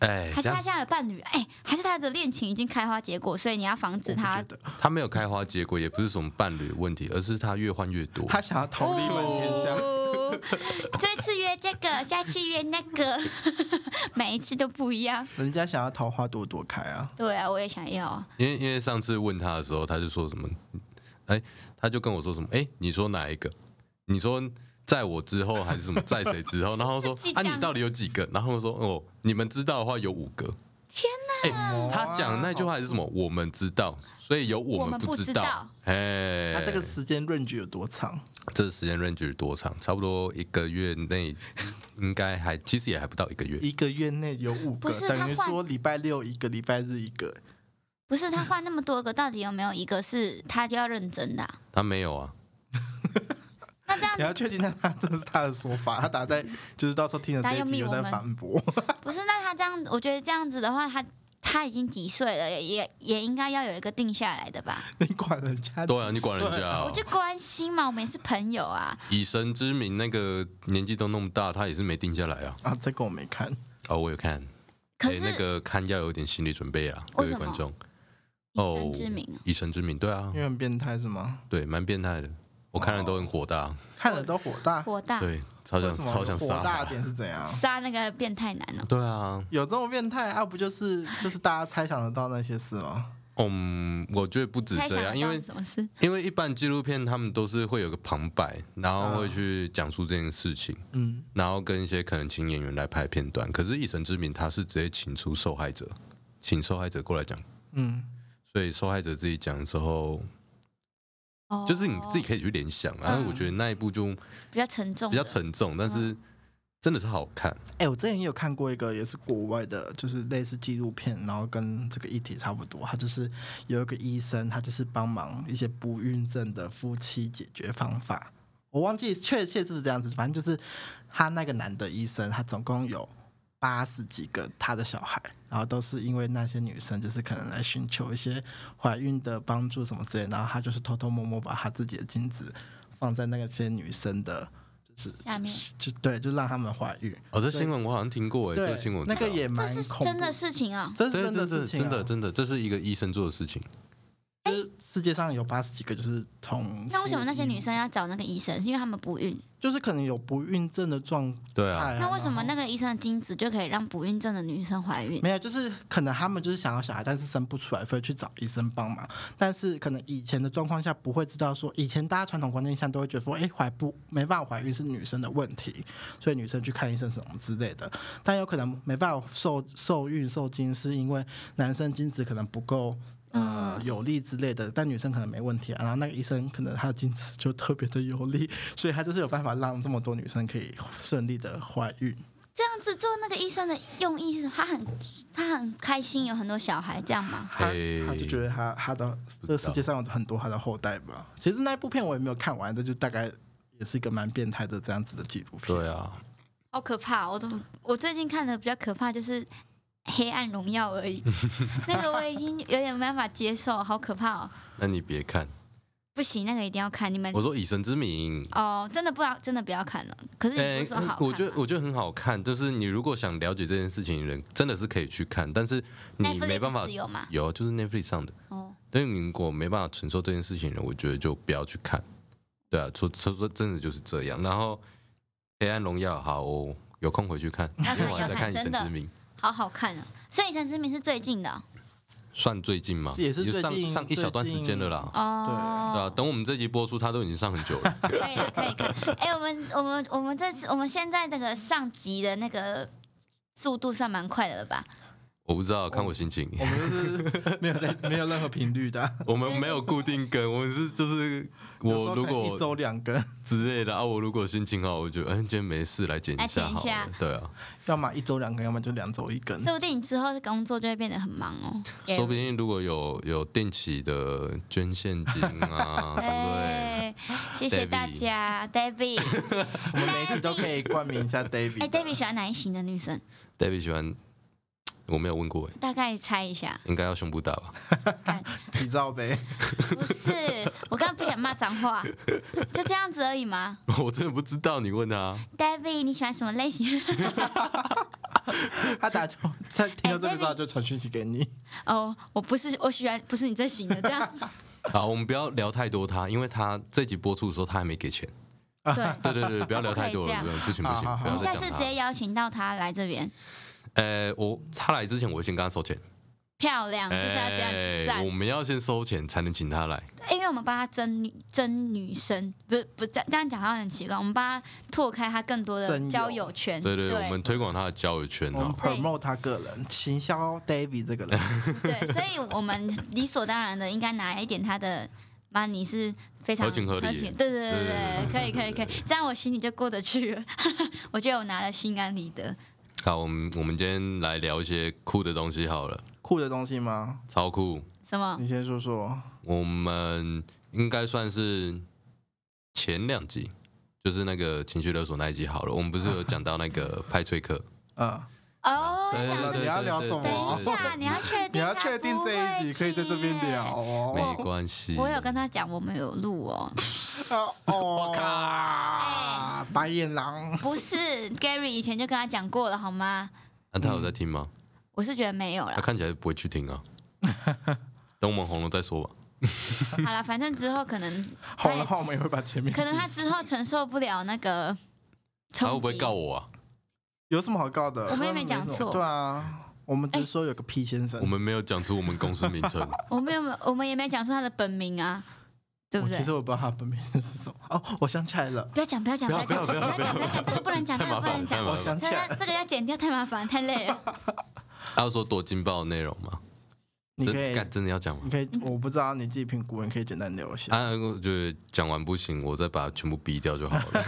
Speaker 3: 哎、
Speaker 1: 还是
Speaker 3: 这
Speaker 1: 他
Speaker 3: 样
Speaker 1: 现在有伴侣？哎、还是他的恋情已经开花结果，所以你要防止
Speaker 2: 他
Speaker 1: 他
Speaker 2: 觉。得
Speaker 3: 他没有开花结果，也不是什么伴侣问题，而是他越换越多。
Speaker 2: 他想要逃离满天下。
Speaker 1: 哦， 这次约这个，下次约那个， 每一次都不一样。
Speaker 2: 人家想要桃花朵朵开啊，
Speaker 1: 对啊，我也想要啊。
Speaker 3: 因为因为上次问他的时候，他就说什么，哎、他就跟我说什么，哎、你说哪一个？你说在我之后还是什么在谁 之后？然后说
Speaker 1: 自己
Speaker 3: 啊，
Speaker 1: 讲
Speaker 3: 你到底有几个？然后我说哦，你们知道的话有五个。
Speaker 1: 天
Speaker 3: 哎、他讲的那句话还是什么？我们知道，所以有我
Speaker 1: 我们
Speaker 3: 不
Speaker 1: 不
Speaker 3: 知
Speaker 1: 知
Speaker 3: 道
Speaker 1: 道。
Speaker 3: 哎，
Speaker 2: 他这个时间 range 有多长？
Speaker 3: 这个时间 range 有多长？差不多一个月内，应该还其实也还不到一个月。
Speaker 2: 一个月内有五个
Speaker 1: 不，是
Speaker 2: 等于
Speaker 1: 他换
Speaker 2: 说礼拜六一个，礼拜日一个。
Speaker 1: 不是他换那么多个，到底有没有一个是他就要认真的啊、
Speaker 3: 他没有啊，
Speaker 1: 那这样
Speaker 2: 你
Speaker 1: 子
Speaker 2: 要确定他他这是他的说法，他打在就是到时候听了
Speaker 1: 大家
Speaker 2: 这一
Speaker 1: 又
Speaker 2: 集
Speaker 1: 密
Speaker 2: 又
Speaker 1: 我
Speaker 2: 在
Speaker 1: 们
Speaker 2: 反驳。
Speaker 1: 不是，那他这样，我觉得这样子的话，他他已经几岁了，也也也应该要有一个定下来的吧？
Speaker 2: 你管人家？
Speaker 3: 对啊，你管人家、
Speaker 1: 我
Speaker 3: 哦
Speaker 1: 就关心嘛，我们也是朋友啊。
Speaker 3: 以神之名，那个年纪都那么大，他也是没定下来啊。
Speaker 2: 啊？这个我没看，
Speaker 3: 哦，我有看，
Speaker 1: 可
Speaker 3: 哎
Speaker 1: 是、
Speaker 3: 那个看要有点心理准备啊，各
Speaker 1: 为
Speaker 3: 位
Speaker 1: 什么
Speaker 3: 观众。
Speaker 2: 哦
Speaker 3: 哦
Speaker 1: 以身之名啊、
Speaker 3: 以神之名，对啊
Speaker 2: 因，为很变态是吗？
Speaker 3: 对，蛮变态的。我看了都很火大，
Speaker 2: 看了都火大，
Speaker 1: 火大
Speaker 3: 啊对，超
Speaker 2: 哦为
Speaker 3: 想
Speaker 2: 什么
Speaker 3: 超想
Speaker 2: 火
Speaker 3: 杀
Speaker 2: 大的
Speaker 3: 他。
Speaker 2: 点是怎样？
Speaker 1: 杀那个变态男哦、
Speaker 3: 对啊，
Speaker 2: 有这么变态啊？不就是就是大家猜想得到那些事吗？
Speaker 3: 嗯，我觉得不止
Speaker 1: 猜想得
Speaker 3: 这
Speaker 1: 到
Speaker 3: 样，因为
Speaker 1: 是什么事？
Speaker 3: 因为一般纪录片他们都是会有个旁白，然后会去讲述这件事情，
Speaker 2: 嗯，
Speaker 3: 然后跟一些可能请演员来拍片段。可是以神之名，他是直接请出受害者，请受害者过来讲，
Speaker 2: 嗯，
Speaker 3: 所以受害者自己讲的时候，
Speaker 1: 哦
Speaker 3: 就是你自己可以去联想啊。
Speaker 1: 嗯
Speaker 3: 但是我觉得那一部就
Speaker 1: 比较沉重，嗯
Speaker 3: 比较，沉重，但是真的是好看。
Speaker 2: 哎、我之前也有看过一个，也是国外的，就是类似纪录片，然后跟这个议题差不多。他就是有一个医生，他就是帮忙一些不孕症的夫妻解决方法。我忘记确切是不是这样子，反正就是他那个男的医生，他总共有八十几个他的小孩，然后都是因为那些女生就是可能来寻求一些怀孕的帮助什么之类，然后他就是偷偷摸摸把他自己的精子放在那些女生的，就是
Speaker 1: 下面
Speaker 2: 就对，就让他们怀孕。
Speaker 3: 哦，这新闻我好像听过哎，这
Speaker 2: 对，
Speaker 3: 个新闻我
Speaker 2: 那
Speaker 3: 知道
Speaker 2: 个也蛮
Speaker 1: 这是
Speaker 2: 恐怖
Speaker 1: 真的，事情啊、
Speaker 2: 这是
Speaker 3: 对
Speaker 2: 真的
Speaker 3: 这
Speaker 2: 事
Speaker 3: 是
Speaker 2: 情、啊，
Speaker 3: 真的真的，这是一个医生做的事情。
Speaker 2: 就是世界上有八十几个就是同。
Speaker 1: 哎那为什么那些女？生要找那个医生？是因为她们不孕。
Speaker 2: 就是可能有不孕症的状态、
Speaker 3: 对
Speaker 2: 啊
Speaker 3: 啊，
Speaker 1: 那为什么
Speaker 2: 然
Speaker 1: 那
Speaker 2: 后
Speaker 1: 个医生的精子就可以让不孕症的女生怀孕？
Speaker 2: 没有，就是可能他们就是想要小孩，但是生不出来，所以去找医生帮忙。但是可能以前的状况下不会知道说，以前大家传统观念下都会觉得说，哎，怀不没办法怀孕是女生的问题，所以女生去看医生什么之类的。但有可能没办法受受孕受精，是因为男生精子可能不够。呃，有力之类的，但女生可能没问题啊。然后那个医生可能他的精子就特别的有力，所以他就是有办法让这么多女生可以顺利的怀孕。
Speaker 1: 这样子做那个医生的用意是什么？他很他很开心，有很多小孩，这样吗？
Speaker 2: 他
Speaker 3: 嘿
Speaker 2: 他就觉得他他的这个世界上有很多他的后代吧。其实那部片我也没有看完，这就大概也是一个蛮变态的这样子的纪录片。
Speaker 3: 对啊，
Speaker 1: 好可怕！哦我都我最近看的比较可怕就是《黑暗荣耀》而 已，那个我已经有点没办法接受，好可怕哦！
Speaker 3: 那你别看，
Speaker 1: 不行，那个一定要看，你们
Speaker 3: 我说以神之名。
Speaker 1: 哎哦，真的不要，真的不要看了。可是你
Speaker 3: 哎
Speaker 1: 不是说好看吗、啊
Speaker 3: 我觉得我觉得很好看，就是你如果想了解这件事情的人，真的是可以去看，但是你
Speaker 1: Netflix
Speaker 3: 没办法
Speaker 1: 有吗？
Speaker 3: 有，就是 Netflix 上的。
Speaker 1: 哦，
Speaker 3: 但是你如果没办法承受这件事情的人，我觉得就不要去看。对啊，说说说真的就是这样。然后《黑暗荣耀》好，我有空回去看，因
Speaker 1: 要看
Speaker 3: 为我还
Speaker 1: 要
Speaker 3: 在
Speaker 1: 看
Speaker 3: 看《以神
Speaker 1: 真的
Speaker 3: 之名》，
Speaker 1: 好好看啊！所以《神之名》是最近的
Speaker 3: 算最近吗？
Speaker 2: 这也是最
Speaker 3: 上
Speaker 2: 近
Speaker 3: 上一小段时间了啦。对啊，
Speaker 1: 哦。
Speaker 3: 等我们这集播出，它都已经上很 久了。
Speaker 1: 可以了，可以看。 哎、我们我们我们这次我们现在那个上集的那个速度算蛮快的了吧？
Speaker 3: 我不知道，看我心情。
Speaker 1: 哦
Speaker 2: 我们就是没有在没有任何频率的啊，
Speaker 3: 我们没有固定更，我们是就是
Speaker 2: 有时
Speaker 3: 我
Speaker 2: 候
Speaker 3: 如
Speaker 2: 可能一
Speaker 3: 果
Speaker 2: 周两更，
Speaker 3: 之类的啊，我如果心情好，我就嗯今天没事来剪
Speaker 1: 来
Speaker 3: 一下
Speaker 1: 剪一
Speaker 3: 好
Speaker 1: 下
Speaker 3: 了。对啊，
Speaker 2: 要么一周两更，要么就两周一更。
Speaker 1: 说不定你之后的工作就会变得很忙哦。
Speaker 3: 嗯说不定如果有有定期的捐献金 啊，对不对？
Speaker 1: 哎，谢谢
Speaker 3: David
Speaker 1: 大家，David。
Speaker 2: 我们每一集都可以冠名一下 David 的。
Speaker 1: 哎、d a v i d 喜欢哪一型的女生？
Speaker 3: David 喜欢，我没有问过哎，
Speaker 1: 大概猜一下。
Speaker 3: 应该要胸部大吧？
Speaker 1: 看
Speaker 2: 几兆呗，
Speaker 1: 不是，我刚刚不想骂脏 话，就这样子而已嘛。
Speaker 3: 我真的不知道，你问他、
Speaker 1: David，你喜欢什么类 型？
Speaker 2: 他打球在听到这
Speaker 1: 哎
Speaker 2: 个
Speaker 1: ，David
Speaker 2: 之后就传讯息给你。
Speaker 1: 哦，我不是，我喜欢不是你这型的，这 样
Speaker 3: 好，我们不要聊太多他，因为他这集播出的时候他还没给钱。
Speaker 1: 对。
Speaker 3: 对对对，不要聊太 多了，
Speaker 1: 不可以这
Speaker 3: 不行不
Speaker 2: 好好
Speaker 3: 行，
Speaker 2: 好
Speaker 3: 不
Speaker 1: 你
Speaker 3: 要再
Speaker 1: 下
Speaker 3: 讲
Speaker 1: 次直
Speaker 3: 他。
Speaker 1: 接邀请到他来这边，
Speaker 3: 呃，我他来之前，我会先跟他收钱。
Speaker 1: 漂亮，就是要这样子赞
Speaker 3: 哎我，们要先收钱才能请他来。
Speaker 1: 因为我们帮他争女争女生，不是不是这样这样讲好像很奇怪，我们帮他拓开他更多
Speaker 2: 真
Speaker 1: 的
Speaker 2: 友
Speaker 1: 交友圈，
Speaker 3: 对对，我们推广他的交友圈哦
Speaker 2: 我们
Speaker 3: 哈。
Speaker 1: 所以
Speaker 2: promote 他个人，行销 David 这个 人。
Speaker 1: 对，所以我们理所当然的应该拿一点他的 money 是非常
Speaker 3: 合情合理
Speaker 1: 对对对对
Speaker 3: 对
Speaker 1: 对，可以可以可以，这样我心里就过得去了， 我觉得我拿了心安理得。
Speaker 3: 好，我们我们今天来聊一些酷的东西好了，
Speaker 2: 酷的东西吗？
Speaker 3: 超酷。
Speaker 1: 什么？
Speaker 3: 嗯
Speaker 2: 你先说说。
Speaker 3: 我们应该算是前两集，就是那个情绪勒索那一集好了。我们不是有讲到那个派崔克？
Speaker 2: 嗯，
Speaker 1: 哦，
Speaker 3: 对
Speaker 1: 讲
Speaker 3: 对
Speaker 1: 这
Speaker 3: 对
Speaker 1: 个
Speaker 2: 你要聊什么
Speaker 3: 对
Speaker 1: 等
Speaker 3: 对对
Speaker 1: 一
Speaker 3: 对
Speaker 1: 下，你要确定，
Speaker 2: 你要确定这一集可以在这边聊。哦。
Speaker 3: 没关系，
Speaker 1: 我有跟他讲，我们有录哦，
Speaker 2: 哦，
Speaker 1: 哎
Speaker 2: 靠！白眼狼，
Speaker 1: 不是 Gary 以前就跟他讲过了，好吗？
Speaker 3: 那、他有在听吗？
Speaker 1: 我是觉得没有啦
Speaker 3: 他。看起来不会去听啊。等我们红了再说吧。
Speaker 1: 好了，反正之后可能
Speaker 2: 好的话我们也会把前面
Speaker 1: 哎可能他之后承受不了那个
Speaker 3: 他
Speaker 1: 冲击，
Speaker 3: 会不会告我啊？
Speaker 2: 有什么好告的？
Speaker 1: 我们也没
Speaker 2: 真的
Speaker 1: 讲
Speaker 2: 什么
Speaker 1: 错哎
Speaker 2: 对啊，我们只是说有个 P 先生。
Speaker 3: 我们没有讲出我们公司名称，
Speaker 1: 我们有没有？我们也没有讲出他的本名啊，对不
Speaker 2: 我
Speaker 3: 哦
Speaker 1: 对
Speaker 2: 其？实我不知道他本名是什么。哦，我想起来了，
Speaker 1: 不要讲，不要讲，
Speaker 3: 不要
Speaker 1: 要讲，
Speaker 3: 不
Speaker 1: 不
Speaker 3: 要不要
Speaker 1: 讲，不要讲，这个不能讲，这
Speaker 3: 太
Speaker 1: 个
Speaker 3: 麻
Speaker 1: 不能
Speaker 3: 烦了，太
Speaker 1: 讲。啊
Speaker 3: 麻
Speaker 2: 我
Speaker 3: 烦了。
Speaker 2: 想起
Speaker 1: 这
Speaker 2: 来
Speaker 1: 个
Speaker 2: 了，
Speaker 1: 这个要剪掉，太麻烦，太累了。
Speaker 3: 他有说多劲爆的内容吗？
Speaker 2: 你
Speaker 3: 真
Speaker 2: 可以，
Speaker 3: 干真的要讲吗
Speaker 2: 你？可以，我不知道你自己评估，你可以简单留
Speaker 1: 嗯
Speaker 2: 下。
Speaker 3: 啊，我觉得讲完不行，我再把它全部逼掉就好了。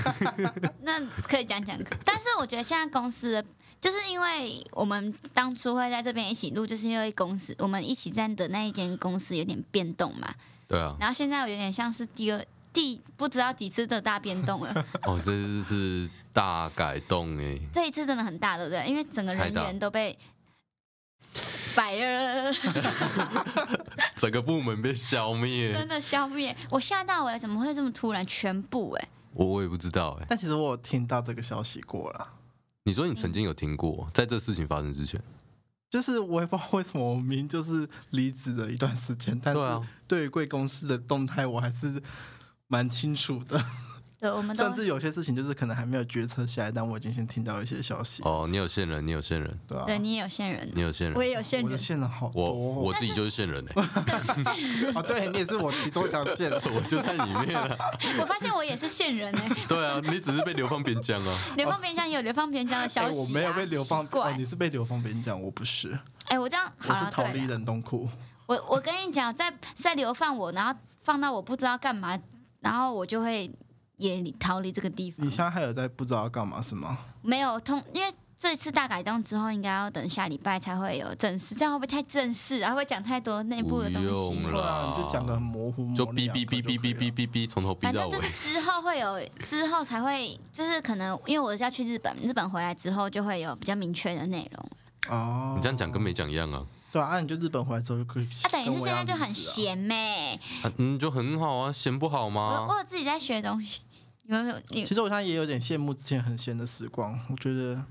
Speaker 1: 那可以讲讲，但是我觉得现在公司的，就是因为我们当初会在这边一起录，就是因为公司我们一起站的那一间公司有点变动嘛，
Speaker 3: 对啊，
Speaker 1: 然后现在有点像是第二第不知道几次的大变动了，
Speaker 3: 哦，这是大改动哎、
Speaker 1: 这一次真的很大，对不对？因为整个人
Speaker 3: 太大
Speaker 1: 员都被摆了，
Speaker 3: 整个部门被消灭
Speaker 1: 真，的消灭，我吓到哎、怎么会这么突然？全部哎、
Speaker 3: 我我也不知道哎、
Speaker 2: 但其实我有听到这个消息过了，
Speaker 3: 你说你曾经有听过，
Speaker 1: 嗯
Speaker 3: 在这事情发生之前，
Speaker 2: 就是我也不知道为什么我明明就是离职了一段时间，但
Speaker 3: 对
Speaker 2: 是
Speaker 3: 啊
Speaker 2: 对于贵公司的动态我还是蛮清楚的，
Speaker 1: 对，我们都
Speaker 2: 甚至有些事情就是可能还没有决策下来，但我已经先听到一些消息，
Speaker 3: 哦，你有线人，你有线人，
Speaker 2: 对吧、
Speaker 1: 对你也有线人，
Speaker 3: 你有线
Speaker 1: 我
Speaker 3: 人，
Speaker 1: 也有线
Speaker 2: 嗯我的
Speaker 1: 人，
Speaker 2: 线人好多
Speaker 3: 我
Speaker 2: 哦，
Speaker 3: 我 自己就是线人哎、
Speaker 2: 哦，对你也是我其中一条线，
Speaker 3: 我就在里面了。
Speaker 1: 我发现我也是线人哎、
Speaker 3: 对啊，你只是被流放边疆 啊。
Speaker 1: 流放边疆也有流放边疆的消
Speaker 2: 哎
Speaker 1: 息、啊
Speaker 2: 我没有被流放，
Speaker 1: 奇怪
Speaker 2: 哦，你是被流放别人讲，我不是，
Speaker 1: 哎、我这样好
Speaker 2: 我是
Speaker 1: 了，
Speaker 2: 逃
Speaker 1: 对啊
Speaker 2: 离
Speaker 1: 了，
Speaker 2: 冷冻库。
Speaker 1: 我我跟你讲，在在流放我，然后放到我不知道干嘛，然后我就会也逃离这个地方
Speaker 2: 你。现在还有在不知道要干嘛是吗？
Speaker 1: 没有通，因为这次大改动之后，应该要等下礼拜才会有正式，这样会不会太正式啊？会不会讲太多内部的东
Speaker 3: 不
Speaker 1: 西
Speaker 3: 用？
Speaker 2: 不然啊你就讲的很模糊，
Speaker 3: 啊就
Speaker 2: 模棱
Speaker 3: 哔
Speaker 2: 两
Speaker 3: 哔
Speaker 2: 可
Speaker 3: 哔
Speaker 2: 就
Speaker 3: 哔
Speaker 2: 可以
Speaker 3: 哔
Speaker 2: 了
Speaker 3: 哔哔哔，从头哔
Speaker 1: 反
Speaker 3: 到
Speaker 1: 正就
Speaker 3: 尾
Speaker 1: 是。 之后会有，之后才会，就是可能因为我要去日本，日本回来之后就会有比较明确的内容。
Speaker 2: 哦，
Speaker 3: 你这样讲跟没讲一样啊，
Speaker 2: 对啊，啊你就日本回来之后就可以跟我
Speaker 1: 啊，
Speaker 2: 一样离职啊。哦
Speaker 1: 等于是现在就很闲呗、
Speaker 3: 啊嗯，就很好啊，嫌不好
Speaker 1: 我
Speaker 3: 吗？
Speaker 1: 我有自己在学东西，你们没有？你
Speaker 2: 其实我现在也有点羡慕之前很闲的时光，我觉得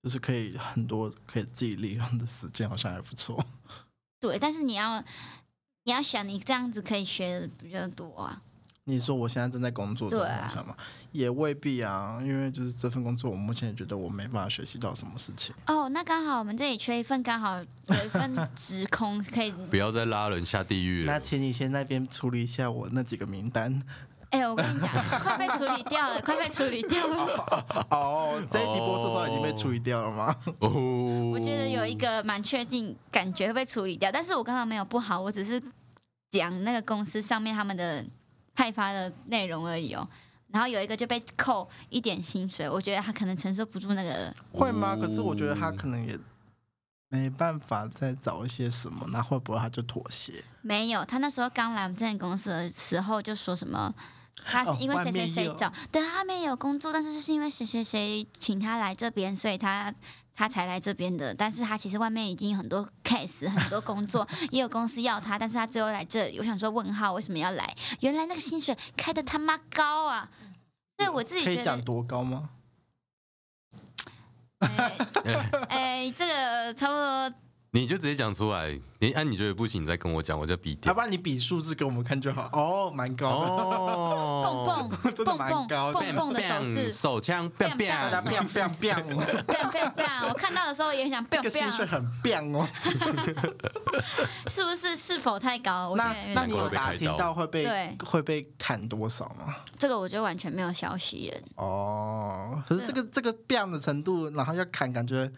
Speaker 2: 就是可以很多可以自己利用的时间，好像还不错。
Speaker 1: 对，但是你要你要想，你这样子可以学的比较多啊。
Speaker 2: 你说我现在正在工作的
Speaker 1: 对啊
Speaker 2: 方向嘛，也未必啊，因为就是这份工作，我目前也觉得我没办法学习到什么事情。
Speaker 1: 哦，那刚好我们这里缺一份，刚好有一份职 空可以。
Speaker 3: 不要再拉人下地狱
Speaker 2: 那
Speaker 3: 了。
Speaker 2: 请你先那边处理一下我那几个名单。
Speaker 1: 哎、我跟你讲，快被处理掉了，快被处理掉了。
Speaker 2: 哦，这一集播出的时候已经被处理掉了吗？
Speaker 3: 哦，
Speaker 1: 我
Speaker 3: 我
Speaker 1: 觉得有一个蛮确定，感觉会被处理掉，但是我刚刚没有不好，我只是讲那个公司上面他们的派发的内容而已哦。然后有一个就被扣一点薪水，我觉得他可能承受不住那个。
Speaker 2: 会吗？可是我觉得
Speaker 3: 哦
Speaker 2: 他可能也没办法再找一些什么，那会不会他就妥协？
Speaker 1: 没有，他那时候刚来我们这间公司的时候就说什么，他是
Speaker 2: 哦
Speaker 1: 因为谁
Speaker 2: 外面
Speaker 1: 谁
Speaker 2: 也有
Speaker 1: 谁找，对他没有工作，但是是因为谁谁谁请他来这边，所以他他才来这边的。但是他其实外面已经有很多 case，很多工 作，也有公司要他，但是他最后来这里，我想说问号为什么要来？原来那个薪水开的他妈高啊！所以我自己
Speaker 2: 可
Speaker 1: 觉
Speaker 2: 以讲
Speaker 1: 得，
Speaker 2: 多高吗？
Speaker 1: 哎、哎这个差不多
Speaker 3: 你就直接讲出来，你按、你觉得不行，你再跟我讲，我就逼
Speaker 2: 要
Speaker 3: 掉。
Speaker 2: 不然你比数字给我们看就好。哦，蛮高 的。
Speaker 1: 蹦
Speaker 3: 哦，
Speaker 1: 蹦
Speaker 2: 真的
Speaker 1: 蹦
Speaker 2: 蛮
Speaker 1: 蹦
Speaker 2: 高的
Speaker 1: 蹦蹦的手势，
Speaker 3: 手枪，bang
Speaker 1: bang bang
Speaker 3: bang，
Speaker 2: 变变 变，
Speaker 1: 变变变！啊我看到的时候也很想
Speaker 2: 这
Speaker 1: 变
Speaker 2: 个薪
Speaker 1: 变，啊
Speaker 2: 水很变哦。
Speaker 1: 是不是是否太高？我觉
Speaker 2: 那
Speaker 1: 得
Speaker 2: 那你
Speaker 3: 难怪会
Speaker 2: 有
Speaker 3: 被
Speaker 2: 打
Speaker 3: 开
Speaker 2: 听
Speaker 3: 刀
Speaker 2: 到会被
Speaker 1: 对
Speaker 2: 会被砍多少吗？
Speaker 1: 这个我就完全没有消息了。
Speaker 2: 哦，可是这
Speaker 1: 对啊
Speaker 2: 个这个变的程度，然后要砍，感觉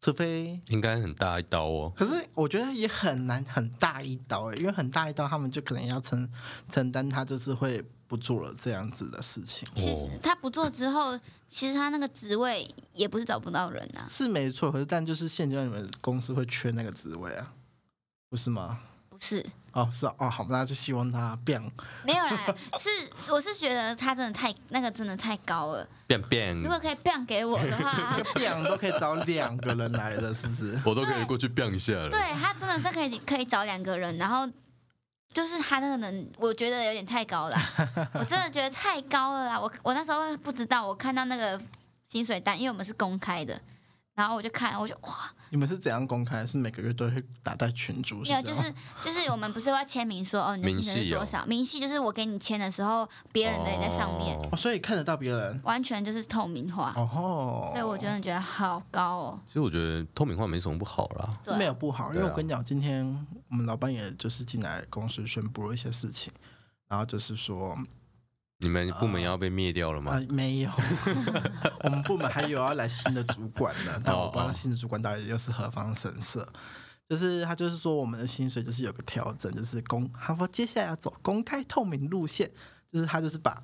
Speaker 2: 除非。
Speaker 3: 应该很大一刀哦。
Speaker 2: 可是我觉得也很难很大一刀、欸，因为很大一刀，他们就可能要承承担，他就是会不做了这样子的事情，
Speaker 1: 其
Speaker 3: 哦
Speaker 1: 实他不做之后，其实他那个职位也不是找不到人啊。
Speaker 2: 是没错。可是但就是现阶段你们公司会缺那个职位啊，不是吗？
Speaker 1: 不是，
Speaker 2: 哦，是啊哦，好，那就希望他变，
Speaker 1: 没有啦， 是我是觉得他真的太那个真的太高了。
Speaker 3: bang
Speaker 1: 如
Speaker 3: bang，
Speaker 1: 果可以变给我的话
Speaker 2: 变都可以找两个人来了，是不是？
Speaker 3: 我都可以过去 bang 一下了。
Speaker 1: 对他真的是可以可以找两个人，然后就是他那个能，我觉得有点太高了 啊，我真的觉得太高了啦。我我那时候不知道，我看到那个薪水单，因为我们是公开的，然后我就看，我就哇，
Speaker 2: 你们是怎样公开？是每个月都会打在群主？
Speaker 1: 没有，
Speaker 2: 这
Speaker 1: 就
Speaker 2: 样
Speaker 1: 是就是我们不是要签名说哦你的薪水
Speaker 3: 明
Speaker 1: 是
Speaker 3: 细哦
Speaker 1: 多少，明细就是我给你签的时候，别人的也在上面，
Speaker 3: 哦
Speaker 2: 哦，所以看得到别人。
Speaker 1: 完全就是透明化，
Speaker 2: 哦吼，
Speaker 1: 所以我真的觉得好高哦。
Speaker 3: 其实我觉得透明化没什么不好啦。
Speaker 1: 对
Speaker 2: 是没有不好，因为
Speaker 3: 对啊
Speaker 2: 我跟你讲，今天我们老板也就是进来公司宣布了一些事情，然后就是说，
Speaker 3: 你们部门要被灭掉了
Speaker 2: 啊、
Speaker 3: 吗？
Speaker 2: 没有， 我
Speaker 3: 哦
Speaker 2: 们部门还有要来新的主管呢，但我不知道新的主管到底又是何方神圣。就是他就是说我们的薪水就是有个调整，就是公他说接下来要走公开透明路线，就是他就是把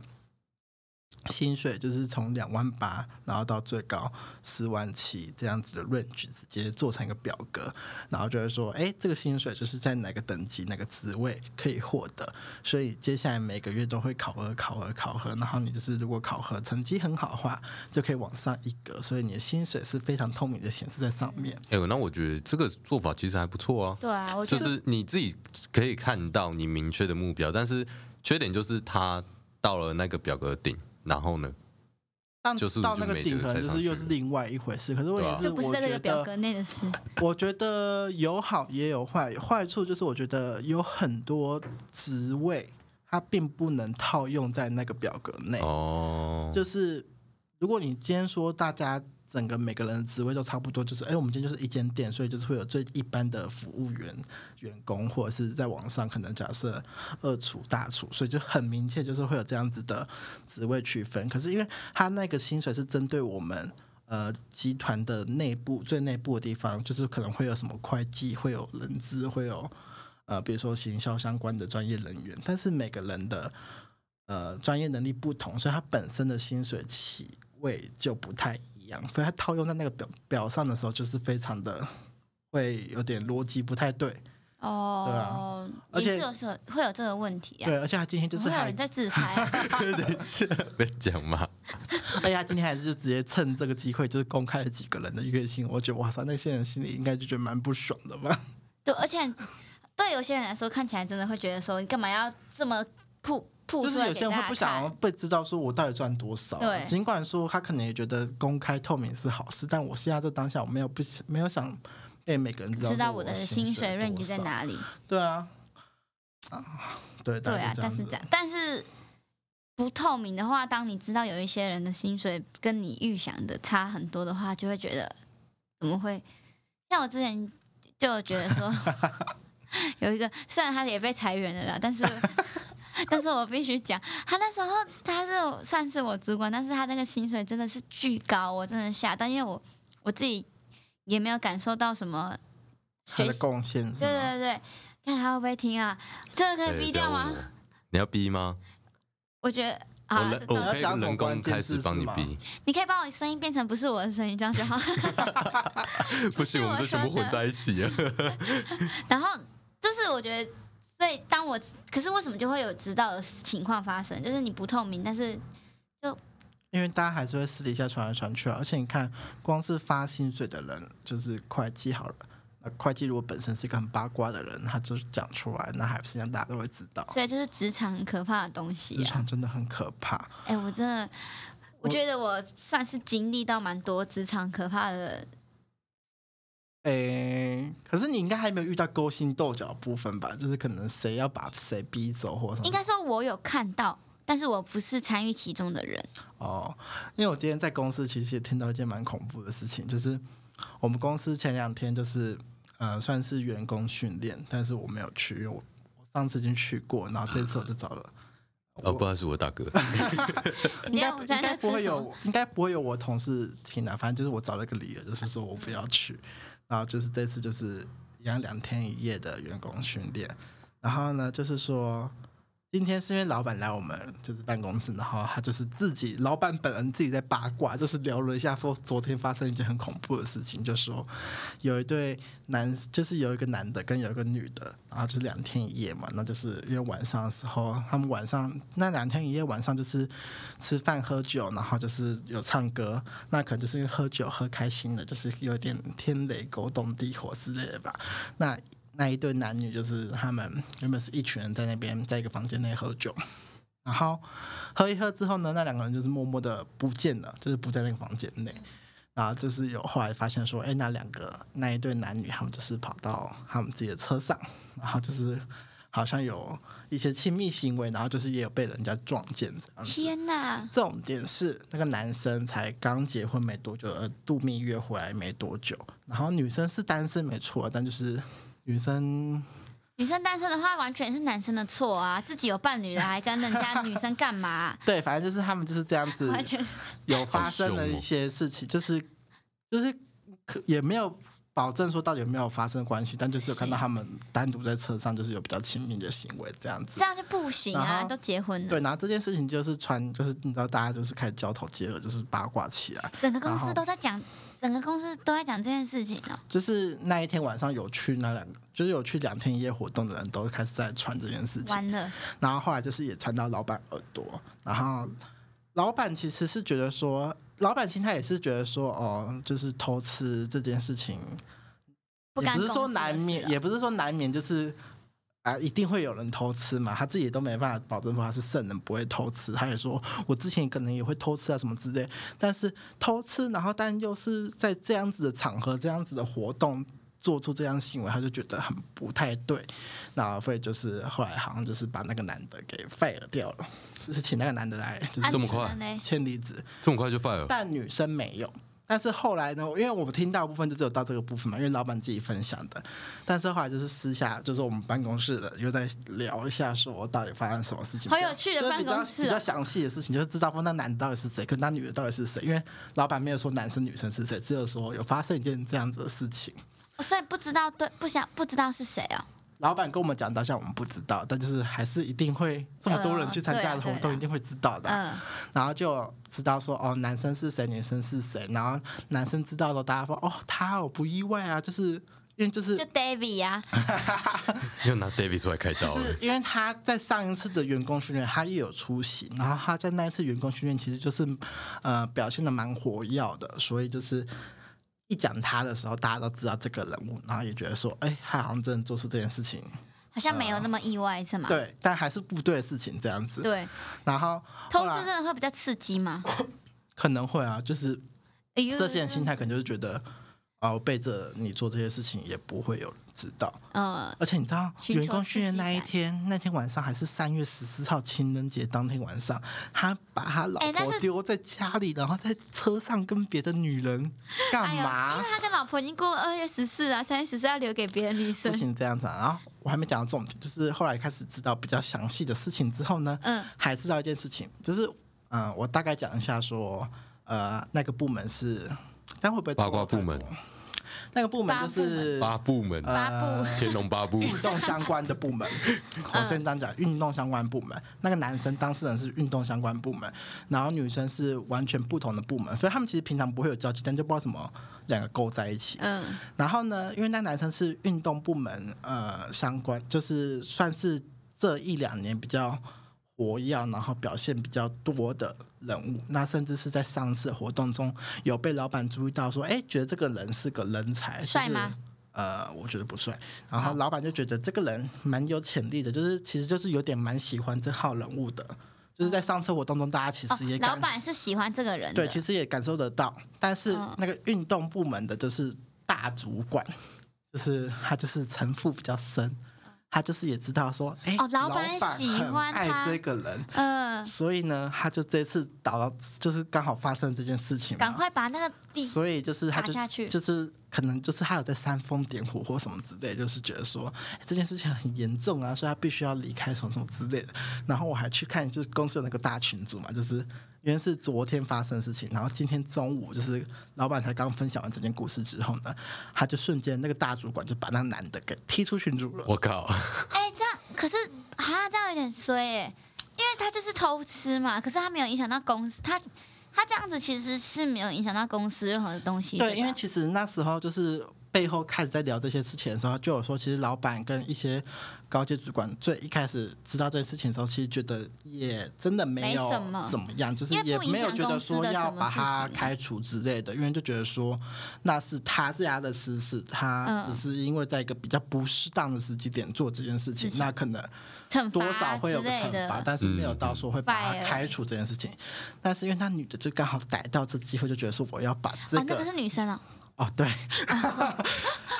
Speaker 2: 薪水就是从两万八，然后到最高十万七这样子的 range 直接做成一个表格，然后就会说，哎，这个薪水就是在哪个等级、哪个职位可以获得，所以接下来每个月都会考核、考核、考核，然后你就是如果考核成绩很好的话，就可以往上一格，所以你的薪水是非常透明的显示在上面。
Speaker 3: 哎、那我觉得这个做法其实还不错啊，
Speaker 1: 对啊，我觉
Speaker 3: 就
Speaker 1: 得
Speaker 3: 是你自己可以看到你明确的目标，但是缺点就是它到了那个表格顶，然后呢，
Speaker 2: 但
Speaker 3: 就是
Speaker 2: 到那
Speaker 3: 就
Speaker 2: 个
Speaker 3: 没
Speaker 2: 顶
Speaker 3: 得
Speaker 2: 可能
Speaker 3: 再
Speaker 2: 就
Speaker 3: 上
Speaker 2: 是又
Speaker 3: 去
Speaker 2: 是
Speaker 3: 了
Speaker 2: 另外一回事。可是问
Speaker 3: 对啊
Speaker 2: 题是，
Speaker 1: 就不是
Speaker 2: 我
Speaker 1: 在这
Speaker 2: 觉
Speaker 1: 个表
Speaker 2: 得
Speaker 1: 格内的 事。
Speaker 2: 我觉得有好也有坏，坏处就是我觉得有很多职位它并不能套用在那个表格内。
Speaker 3: 哦，
Speaker 2: 就是如果你今天说大家整个每个人的职位都差不多，就是哎、我们今天就是一间店，所以就是会有最一般的服务员、员工，或者是在网上可能假设二厨、大厨，所以就很明确就是会有这样子的职位区分。可是因为他那个薪水是针对我们。呃，集团的内部最内部的地方，就是可能会有什么会计，会有人资，会有呃，比如说行销相关的专业人员，但是每个人的呃专业能力不同，所以他本身的薪水起位就不太一样，所以他套用在那个表表上的时候，就是非常的会有点逻辑不太对。啊
Speaker 1: 哦，
Speaker 2: 而且
Speaker 1: 也是有时候会有这个问题啊
Speaker 2: 对，。而且他今天就
Speaker 1: 怎
Speaker 2: 是
Speaker 1: 么会有
Speaker 2: 还
Speaker 1: 人，在自拍啊、
Speaker 3: 别讲嘛，
Speaker 2: 而且他今天还是就直接趁这个机会，就是公开了几个人的月薪，我觉得哇塞，那些人心里应该就觉得蛮不爽的吧？
Speaker 1: 对，而且对有些人来说，看起来真的会觉得说，你干嘛要这么曝曝
Speaker 2: 就
Speaker 1: 出
Speaker 2: 是
Speaker 1: 来
Speaker 2: 有
Speaker 1: 给
Speaker 2: 些人
Speaker 1: 大
Speaker 2: 会
Speaker 1: 家
Speaker 2: 不想要
Speaker 1: 看？
Speaker 2: 被知道说我到底赚多少啊、
Speaker 1: 对
Speaker 2: 尽管说他可能也觉得公开透明是好事，但我现在在当下我没有不想没有想被每个人知道
Speaker 1: 知道
Speaker 2: 说
Speaker 1: 我
Speaker 2: 我
Speaker 1: 的薪
Speaker 2: 薪
Speaker 1: 水
Speaker 2: 多
Speaker 1: range 在
Speaker 2: 少？
Speaker 1: 哪里？
Speaker 2: 对啊，啊，对，
Speaker 1: 对
Speaker 2: 大概
Speaker 1: 啊，但
Speaker 2: 样
Speaker 1: 是
Speaker 2: 子
Speaker 1: 这样，但是不透明的话，当你知道有一些人的薪水跟你预想的差很多的话，就会觉得怎么会？像我之前就有觉得 说，有一个虽然他也被裁员了啦，但是。 但是我必须讲，他那时候他是我算是我主管，但是他那个薪水真的是巨高，我真的吓到，因为我我自己也没有感受到什么
Speaker 2: 他
Speaker 1: 学
Speaker 2: 的
Speaker 1: 习
Speaker 2: 贡献是
Speaker 1: 对
Speaker 2: 吗？
Speaker 1: 对对，看他会不会听啊？这个可以
Speaker 3: 对
Speaker 1: 逼
Speaker 3: 不要
Speaker 1: 掉
Speaker 3: 问
Speaker 1: 吗？
Speaker 3: 我你要逼吗？
Speaker 1: 我觉得
Speaker 3: 我哦
Speaker 1: 好了
Speaker 3: 人，
Speaker 1: 这
Speaker 3: 我
Speaker 1: 种
Speaker 3: 可以
Speaker 2: 要讲什么
Speaker 3: 人
Speaker 2: 关
Speaker 3: 工
Speaker 2: 键
Speaker 3: 开始
Speaker 2: 字
Speaker 3: 帮
Speaker 2: 是
Speaker 3: 你
Speaker 2: 吗
Speaker 3: 逼，
Speaker 1: 你可以把我声音变成不是我的声音，这样就好。
Speaker 3: 不行，我们
Speaker 1: 我
Speaker 3: 都全部
Speaker 1: 说的
Speaker 3: 混在一起 了。
Speaker 1: 然后就是我觉得，所以当我可是为什么就会有知道的情况发生？就是你不透明，但是
Speaker 2: 因为大家还是会私底下传来传去啊，而且你看，光是发薪水的人就是会计好了。那会计如果本身是一个很八卦的人，他就是讲出来，那还是让大家都会知道。
Speaker 1: 所以就是职场很可怕的东
Speaker 2: 职
Speaker 1: 西啊
Speaker 2: 场！真的很可怕。
Speaker 1: 哎、我真的，我
Speaker 2: 我
Speaker 1: 觉得我算是经历到蛮多职场可怕的。
Speaker 2: 诶、可是你应该还没有遇到勾心斗角的部分吧？就是可能谁要把谁逼走或什么？
Speaker 1: 应该说我有看到，但是我不是参与其中的人。
Speaker 2: 哦，因为我今天在公司其实也听到一件蛮恐怖的事情，就是呃我们公司前两天就是呃算是员工训练，但是我没有去，因为我我上次已经去过，然后这次我就找了，
Speaker 3: 哦，不好意思，我大哥，
Speaker 1: 你
Speaker 2: 应
Speaker 1: 今天我们
Speaker 2: 该应
Speaker 1: 在
Speaker 2: 该
Speaker 1: 那
Speaker 2: 不
Speaker 1: 吃
Speaker 2: 会
Speaker 1: 什么？
Speaker 2: 有，应该不会有我同事听的，反正就是我找了一个理由，就是说我不要去，然后就是这次就是一样两天一夜的员工训练，然后呢就是说。今天是因为老板来我们就是办公室，然后他就是自己老板本人自己在八卦，就是聊了一下说昨天发生一件很恐怖的事情，就说有一对男， 就是有一个男的跟有一个女的，然后就是两天一夜嘛，那就是因为晚上的时候，他们晚上那两天一夜晚上就是吃饭喝酒，然后就是有唱歌，那可能就是因为喝酒喝开心了，就是有点天雷勾动地火之类的吧，那。那一对男女就是他们原本是一群人在那边，在一个房间内喝酒，然后喝一喝之后呢，那两个人就是默默的不见了，就是不在那个房间内。然后就是有后来发现说，哎，那两个那一对男女他们就是跑到他们自己的车上，然后就是好像有一些亲密行为，然后就是也有被人家撞见这样子。
Speaker 1: 天哪！
Speaker 2: 重点是那个男生才刚结婚没多久，呃，度蜜月回来没多久，然后女生是单身没错，但就是女生
Speaker 1: 女生单身的话，完全是男生的错啊！自己有伴侣了，还跟人家女生干嘛、
Speaker 2: 对，反正就是他们就是这样子，
Speaker 1: 完全是
Speaker 2: 有发生
Speaker 3: 好
Speaker 2: 了
Speaker 3: 凶哦
Speaker 2: 一些事情，就是就是可也没有保证说到底有没有发生关系，但就是有看到他们单独在车上就是有比较亲密的行为这样子
Speaker 1: 这。样就不行啊，
Speaker 2: 然后
Speaker 1: 都结婚了，
Speaker 2: 对，然后这件事情就是传，就是你知道，大家就是开始交头接耳，就是八卦起来。
Speaker 1: 整个公
Speaker 2: 然
Speaker 1: 司
Speaker 2: 后
Speaker 1: 都在讲，整个公司都在讲这件事情哦。
Speaker 2: 就是那一天晚上有去那两，就是有去两天一夜活动的人都开始在传这件事情。
Speaker 1: 完了，
Speaker 2: 然后后来就是也传到老板耳朵，然后老板其实是觉得说，老板心态也是觉得说，哦，就是偷吃这件事情，
Speaker 1: 不
Speaker 2: 也
Speaker 1: 干
Speaker 2: 不是
Speaker 1: 公
Speaker 2: 说
Speaker 1: 司的
Speaker 2: 难
Speaker 1: 事
Speaker 2: 免，
Speaker 1: 了啊
Speaker 2: 也不是说难免，就是啊，一定会有人偷吃嘛，他自己都没办法保证说他是圣人不会偷吃，他也说我之前可能也会偷吃啊什么之类，但是偷吃，然后但又是在这样子的场合、这样子的活动。做出这样行为，他就觉得很不太对，那所以就是后来好像就是把那个男的给 fire 掉了，就是请那个男的来就
Speaker 1: 啊
Speaker 2: 是
Speaker 3: 这么
Speaker 1: 你觉得
Speaker 3: 快
Speaker 1: 呢？
Speaker 2: 签离职，
Speaker 3: 这么快就 fire 了？
Speaker 2: 但女生没有。但是后来呢，因为我们听到的部分就只有到这个部分嘛，因为老板自己分享的。但是后来就是私下，就是我们办公室的又在聊一下，说到底发生什么事情。
Speaker 1: 好有趣的
Speaker 2: 就是比较
Speaker 1: 办公室哦
Speaker 2: 比较详细的事情，就是知道说那男的到底是谁，跟那女的到底是谁。因为老板没有说男生女生是谁，只有说有发生一件这样子的事情。
Speaker 1: 哦所以不知道对，不想不知道是谁哦。
Speaker 2: 老板跟我们讲，到现在我们不知道，但就是还是一定会这么多人去参加的活
Speaker 1: 呃对啊对
Speaker 2: 动，
Speaker 1: 啊
Speaker 2: 一定会知道的啊。
Speaker 1: 嗯，
Speaker 2: 然后就知道说哦，男生是谁，女生是谁，然后男生知道了，大家说哦，他我不意外啊，就是因为就是
Speaker 1: 就 David 啊呀、
Speaker 3: 又拿 David 出来开刀
Speaker 2: 就
Speaker 3: 了
Speaker 2: 是。因为他在上一次的员工训练，他也有出席，然后他在那一次员工训练其实就是呃表现的蛮活跃的，所以就是。一讲他的时候，大家都知道这个人物，然后也觉得说，哎、他好像真的做出这件事情，
Speaker 1: 好像没有那么意外是吗？
Speaker 2: 对，但还是不对的事情这样子。
Speaker 1: 对，
Speaker 2: 然后
Speaker 1: 偷
Speaker 2: 后来
Speaker 1: 吃真的会比较刺激吗？
Speaker 2: 可能会啊，就是
Speaker 1: 哎呦
Speaker 2: 这些人心态可能就是觉得，哦，背着你做这些事情也不会有人知道。
Speaker 1: 嗯，
Speaker 2: 而且你知道，
Speaker 1: 寻求
Speaker 2: 员工
Speaker 1: 刺
Speaker 2: 训练
Speaker 1: 激
Speaker 2: 那一
Speaker 1: 感
Speaker 2: 天，那天晚上还是三月十四号情人节当天晚上，他把他老
Speaker 1: 哎但
Speaker 2: 婆
Speaker 1: 是
Speaker 2: 丢在家里，然后在车上跟别的女人干
Speaker 1: 哎呦，
Speaker 2: 嘛
Speaker 1: 因为？他跟老婆已经过二月十四啊，三月十四要留给别的女生
Speaker 2: 不。行这样子、啊。然后我还没讲到重点，就是后来开始知道比较详细的事情之后呢，
Speaker 1: 嗯，
Speaker 2: 还知道一件事情，就是嗯、呃我大概讲一下说，呃，那个部门是，但会不会
Speaker 3: 八卦
Speaker 2: 透
Speaker 3: 部
Speaker 2: 露
Speaker 3: 门
Speaker 2: 太多？那个部门就
Speaker 1: 八部门
Speaker 2: 是
Speaker 3: 八部门，
Speaker 2: 啊
Speaker 1: 八部
Speaker 3: 天龙八 部，
Speaker 2: 运动相关的 部门，
Speaker 1: 嗯
Speaker 2: 我先这样讲，运动相关部门，那个男生当事人是运动相关部门，然后女生是完全不同的部门，所以他们其实平常不会有交集，但就不知道怎么两个勾在一起。
Speaker 1: 嗯，
Speaker 2: 然后呢，因为那男生是运动部门呃相关，就是算是这一两年比较活跃，然后表现比较多的人物。那甚至是在上次活动中有被老板注意到说，哎，觉得这个人是个人才，就是
Speaker 1: 帅吗？
Speaker 2: 呃，我觉得不帅。然后老板就觉得这个人蛮有潜力的，就是其实就是有点蛮喜欢这号人物的。就是在上次活动中，大家其
Speaker 1: 哦
Speaker 2: 实也，
Speaker 1: 老
Speaker 2: 感
Speaker 1: 板是喜欢这个人的，
Speaker 2: 对，其实也感受得到，但是
Speaker 1: 嗯
Speaker 2: 那个运动部门的就是大主管，就是他就是城府比较深，他就是也知道说，哎、
Speaker 1: 哦老
Speaker 2: 老
Speaker 1: 板喜
Speaker 2: 很
Speaker 1: 欢他
Speaker 2: 爱这个人，
Speaker 1: 嗯，
Speaker 2: 所以呢，他就这次导到就是刚好发生这件事情嘛，
Speaker 1: 赶快把那个地
Speaker 2: 所以就是他
Speaker 1: 打
Speaker 2: 就
Speaker 1: 下去
Speaker 2: 就是可能就是他有在煽风点火或什么之类，就是觉得说哎这件事情很严重啊，所以他必须要离开什么什么之类的。然后我还去看就是公司有那个大群组嘛，就是因为是昨天发生的事情，然后今天中午就是老板才刚分享完这件故事之后呢，他就瞬间那个大主管就把那男的给踢出群组了。
Speaker 3: 我靠，
Speaker 1: 哎、这样可是啊，这样有点衰哎、因为他就是偷吃嘛，可是他没有影响到公司，他他这样子其实是没有影响到公司任何的东西。
Speaker 2: 对，
Speaker 1: 吧哦
Speaker 2: 因为其实那时候就是背后开始在聊这些事情的时候，就有说，其实老板跟一些高阶主管最一开始知道这件事情的时候，其实觉得也真的没有
Speaker 1: 没什么
Speaker 2: 怎么样，就是
Speaker 1: 因为
Speaker 2: 也
Speaker 1: 不影
Speaker 2: 没有
Speaker 1: 响
Speaker 2: 觉得
Speaker 1: 公司
Speaker 2: 说
Speaker 1: 的
Speaker 2: 要
Speaker 1: 什么
Speaker 2: 把
Speaker 1: 事
Speaker 2: 他
Speaker 1: 情啊
Speaker 2: 开除之类的，因为就觉得说那是他这家的私事，他
Speaker 1: 嗯
Speaker 2: 只是因为在一个比较不适当的时机点做这件事情，那可能
Speaker 1: 惩罚
Speaker 2: 多
Speaker 1: 啊
Speaker 2: 少会有
Speaker 1: 之
Speaker 2: 个
Speaker 1: 类
Speaker 2: 惩罚，
Speaker 1: 的，嗯
Speaker 2: 但是没有到说会把他
Speaker 1: Fire
Speaker 2: 开除这件事情。但是因为他女的就刚好逮到这机会，就觉得说我要把这
Speaker 1: 哦，那个是女生哦，
Speaker 2: 哦， 对，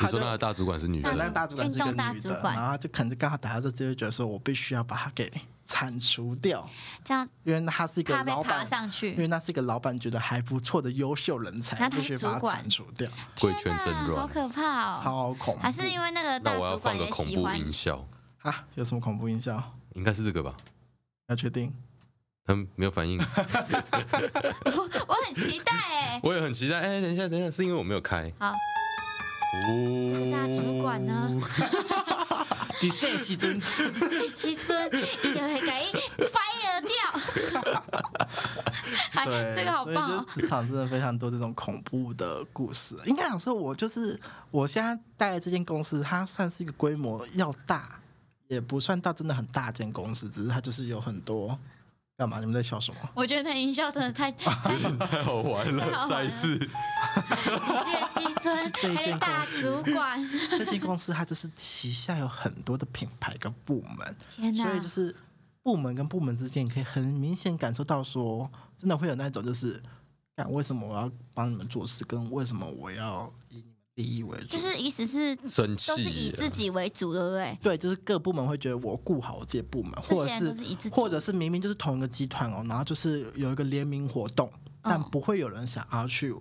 Speaker 3: 你说那个大主管是女
Speaker 2: 对，
Speaker 3: 生
Speaker 2: 那个大主管是一个
Speaker 1: 运动大
Speaker 2: 女
Speaker 1: 主
Speaker 2: 的，
Speaker 1: 管
Speaker 2: 然后就可能就刚好打到这，就会觉得说我必须要把她给铲除掉，
Speaker 1: 这样
Speaker 2: 因为她是一个
Speaker 1: 怕被
Speaker 2: 老
Speaker 1: 爬
Speaker 2: 板，
Speaker 1: 上
Speaker 2: 因为
Speaker 1: 去，
Speaker 2: 那是一个老板觉得还不错的优秀人才，
Speaker 1: 那她
Speaker 2: 必
Speaker 1: 是
Speaker 2: 须把
Speaker 1: 主
Speaker 2: 她
Speaker 1: 管
Speaker 2: 铲除掉，
Speaker 3: 贵圈真
Speaker 1: 天哪好
Speaker 3: 乱，
Speaker 1: 可怕哦！
Speaker 2: 超恐怖。
Speaker 1: 还是因为那个大
Speaker 3: 那我要
Speaker 1: 主
Speaker 3: 放
Speaker 1: 管
Speaker 3: 个
Speaker 1: 也
Speaker 3: 恐
Speaker 1: 喜
Speaker 3: 怖
Speaker 1: 欢
Speaker 3: 音效，
Speaker 2: 啊，有什么恐怖音效？
Speaker 3: 应该是这个吧？
Speaker 2: 要 确定
Speaker 3: 他们没有反 应，
Speaker 1: 我，我很期待哎、
Speaker 3: 我也很期待。哎，等一下，等一下，是因为我没有开。
Speaker 1: 好，
Speaker 3: 哦，
Speaker 1: 这个大主管呢？
Speaker 2: 你这时阵
Speaker 1: 这时阵伊就会甲伊 fire 掉。 还
Speaker 2: 对，
Speaker 1: 这个好棒
Speaker 2: 所以
Speaker 1: 哦
Speaker 2: 就！是职场真的非常多这种恐怖的故事。应该讲说，我就是我现在待的这间公司，它算是一个规模要大，也不算到真的很大间公司，只是它就是有很多。干嘛？你们在笑什么？
Speaker 1: 我觉得那营销真的太 太
Speaker 3: 太 好玩
Speaker 1: 太好玩
Speaker 3: 哦了，
Speaker 1: 了
Speaker 3: 再一次
Speaker 1: 这西
Speaker 2: 这一
Speaker 1: 村，还有
Speaker 2: 间
Speaker 1: 大
Speaker 2: 公司
Speaker 1: 主管，
Speaker 2: 这间公司它就是旗下有很多的品牌跟部门，
Speaker 1: 天哪
Speaker 2: 所以！就是部门跟部门之间，你可以很明显感受到说，真的会有那种就是，干为什么我要帮你们做事，跟为什么我要以你们第一为主，
Speaker 1: 就是意思是
Speaker 3: 生
Speaker 1: 都
Speaker 2: 啊
Speaker 1: 是以
Speaker 3: 气
Speaker 1: 自己为主，对不对？
Speaker 2: 对，就是各部门会觉得我顾好我自己部门，
Speaker 1: 这
Speaker 2: 或者
Speaker 1: 些人
Speaker 2: 是
Speaker 1: 都是以自己，
Speaker 2: 或者是明明就是同一个集团哦，然后就是有一个联名活动，但
Speaker 1: 嗯
Speaker 2: 不会有人想要去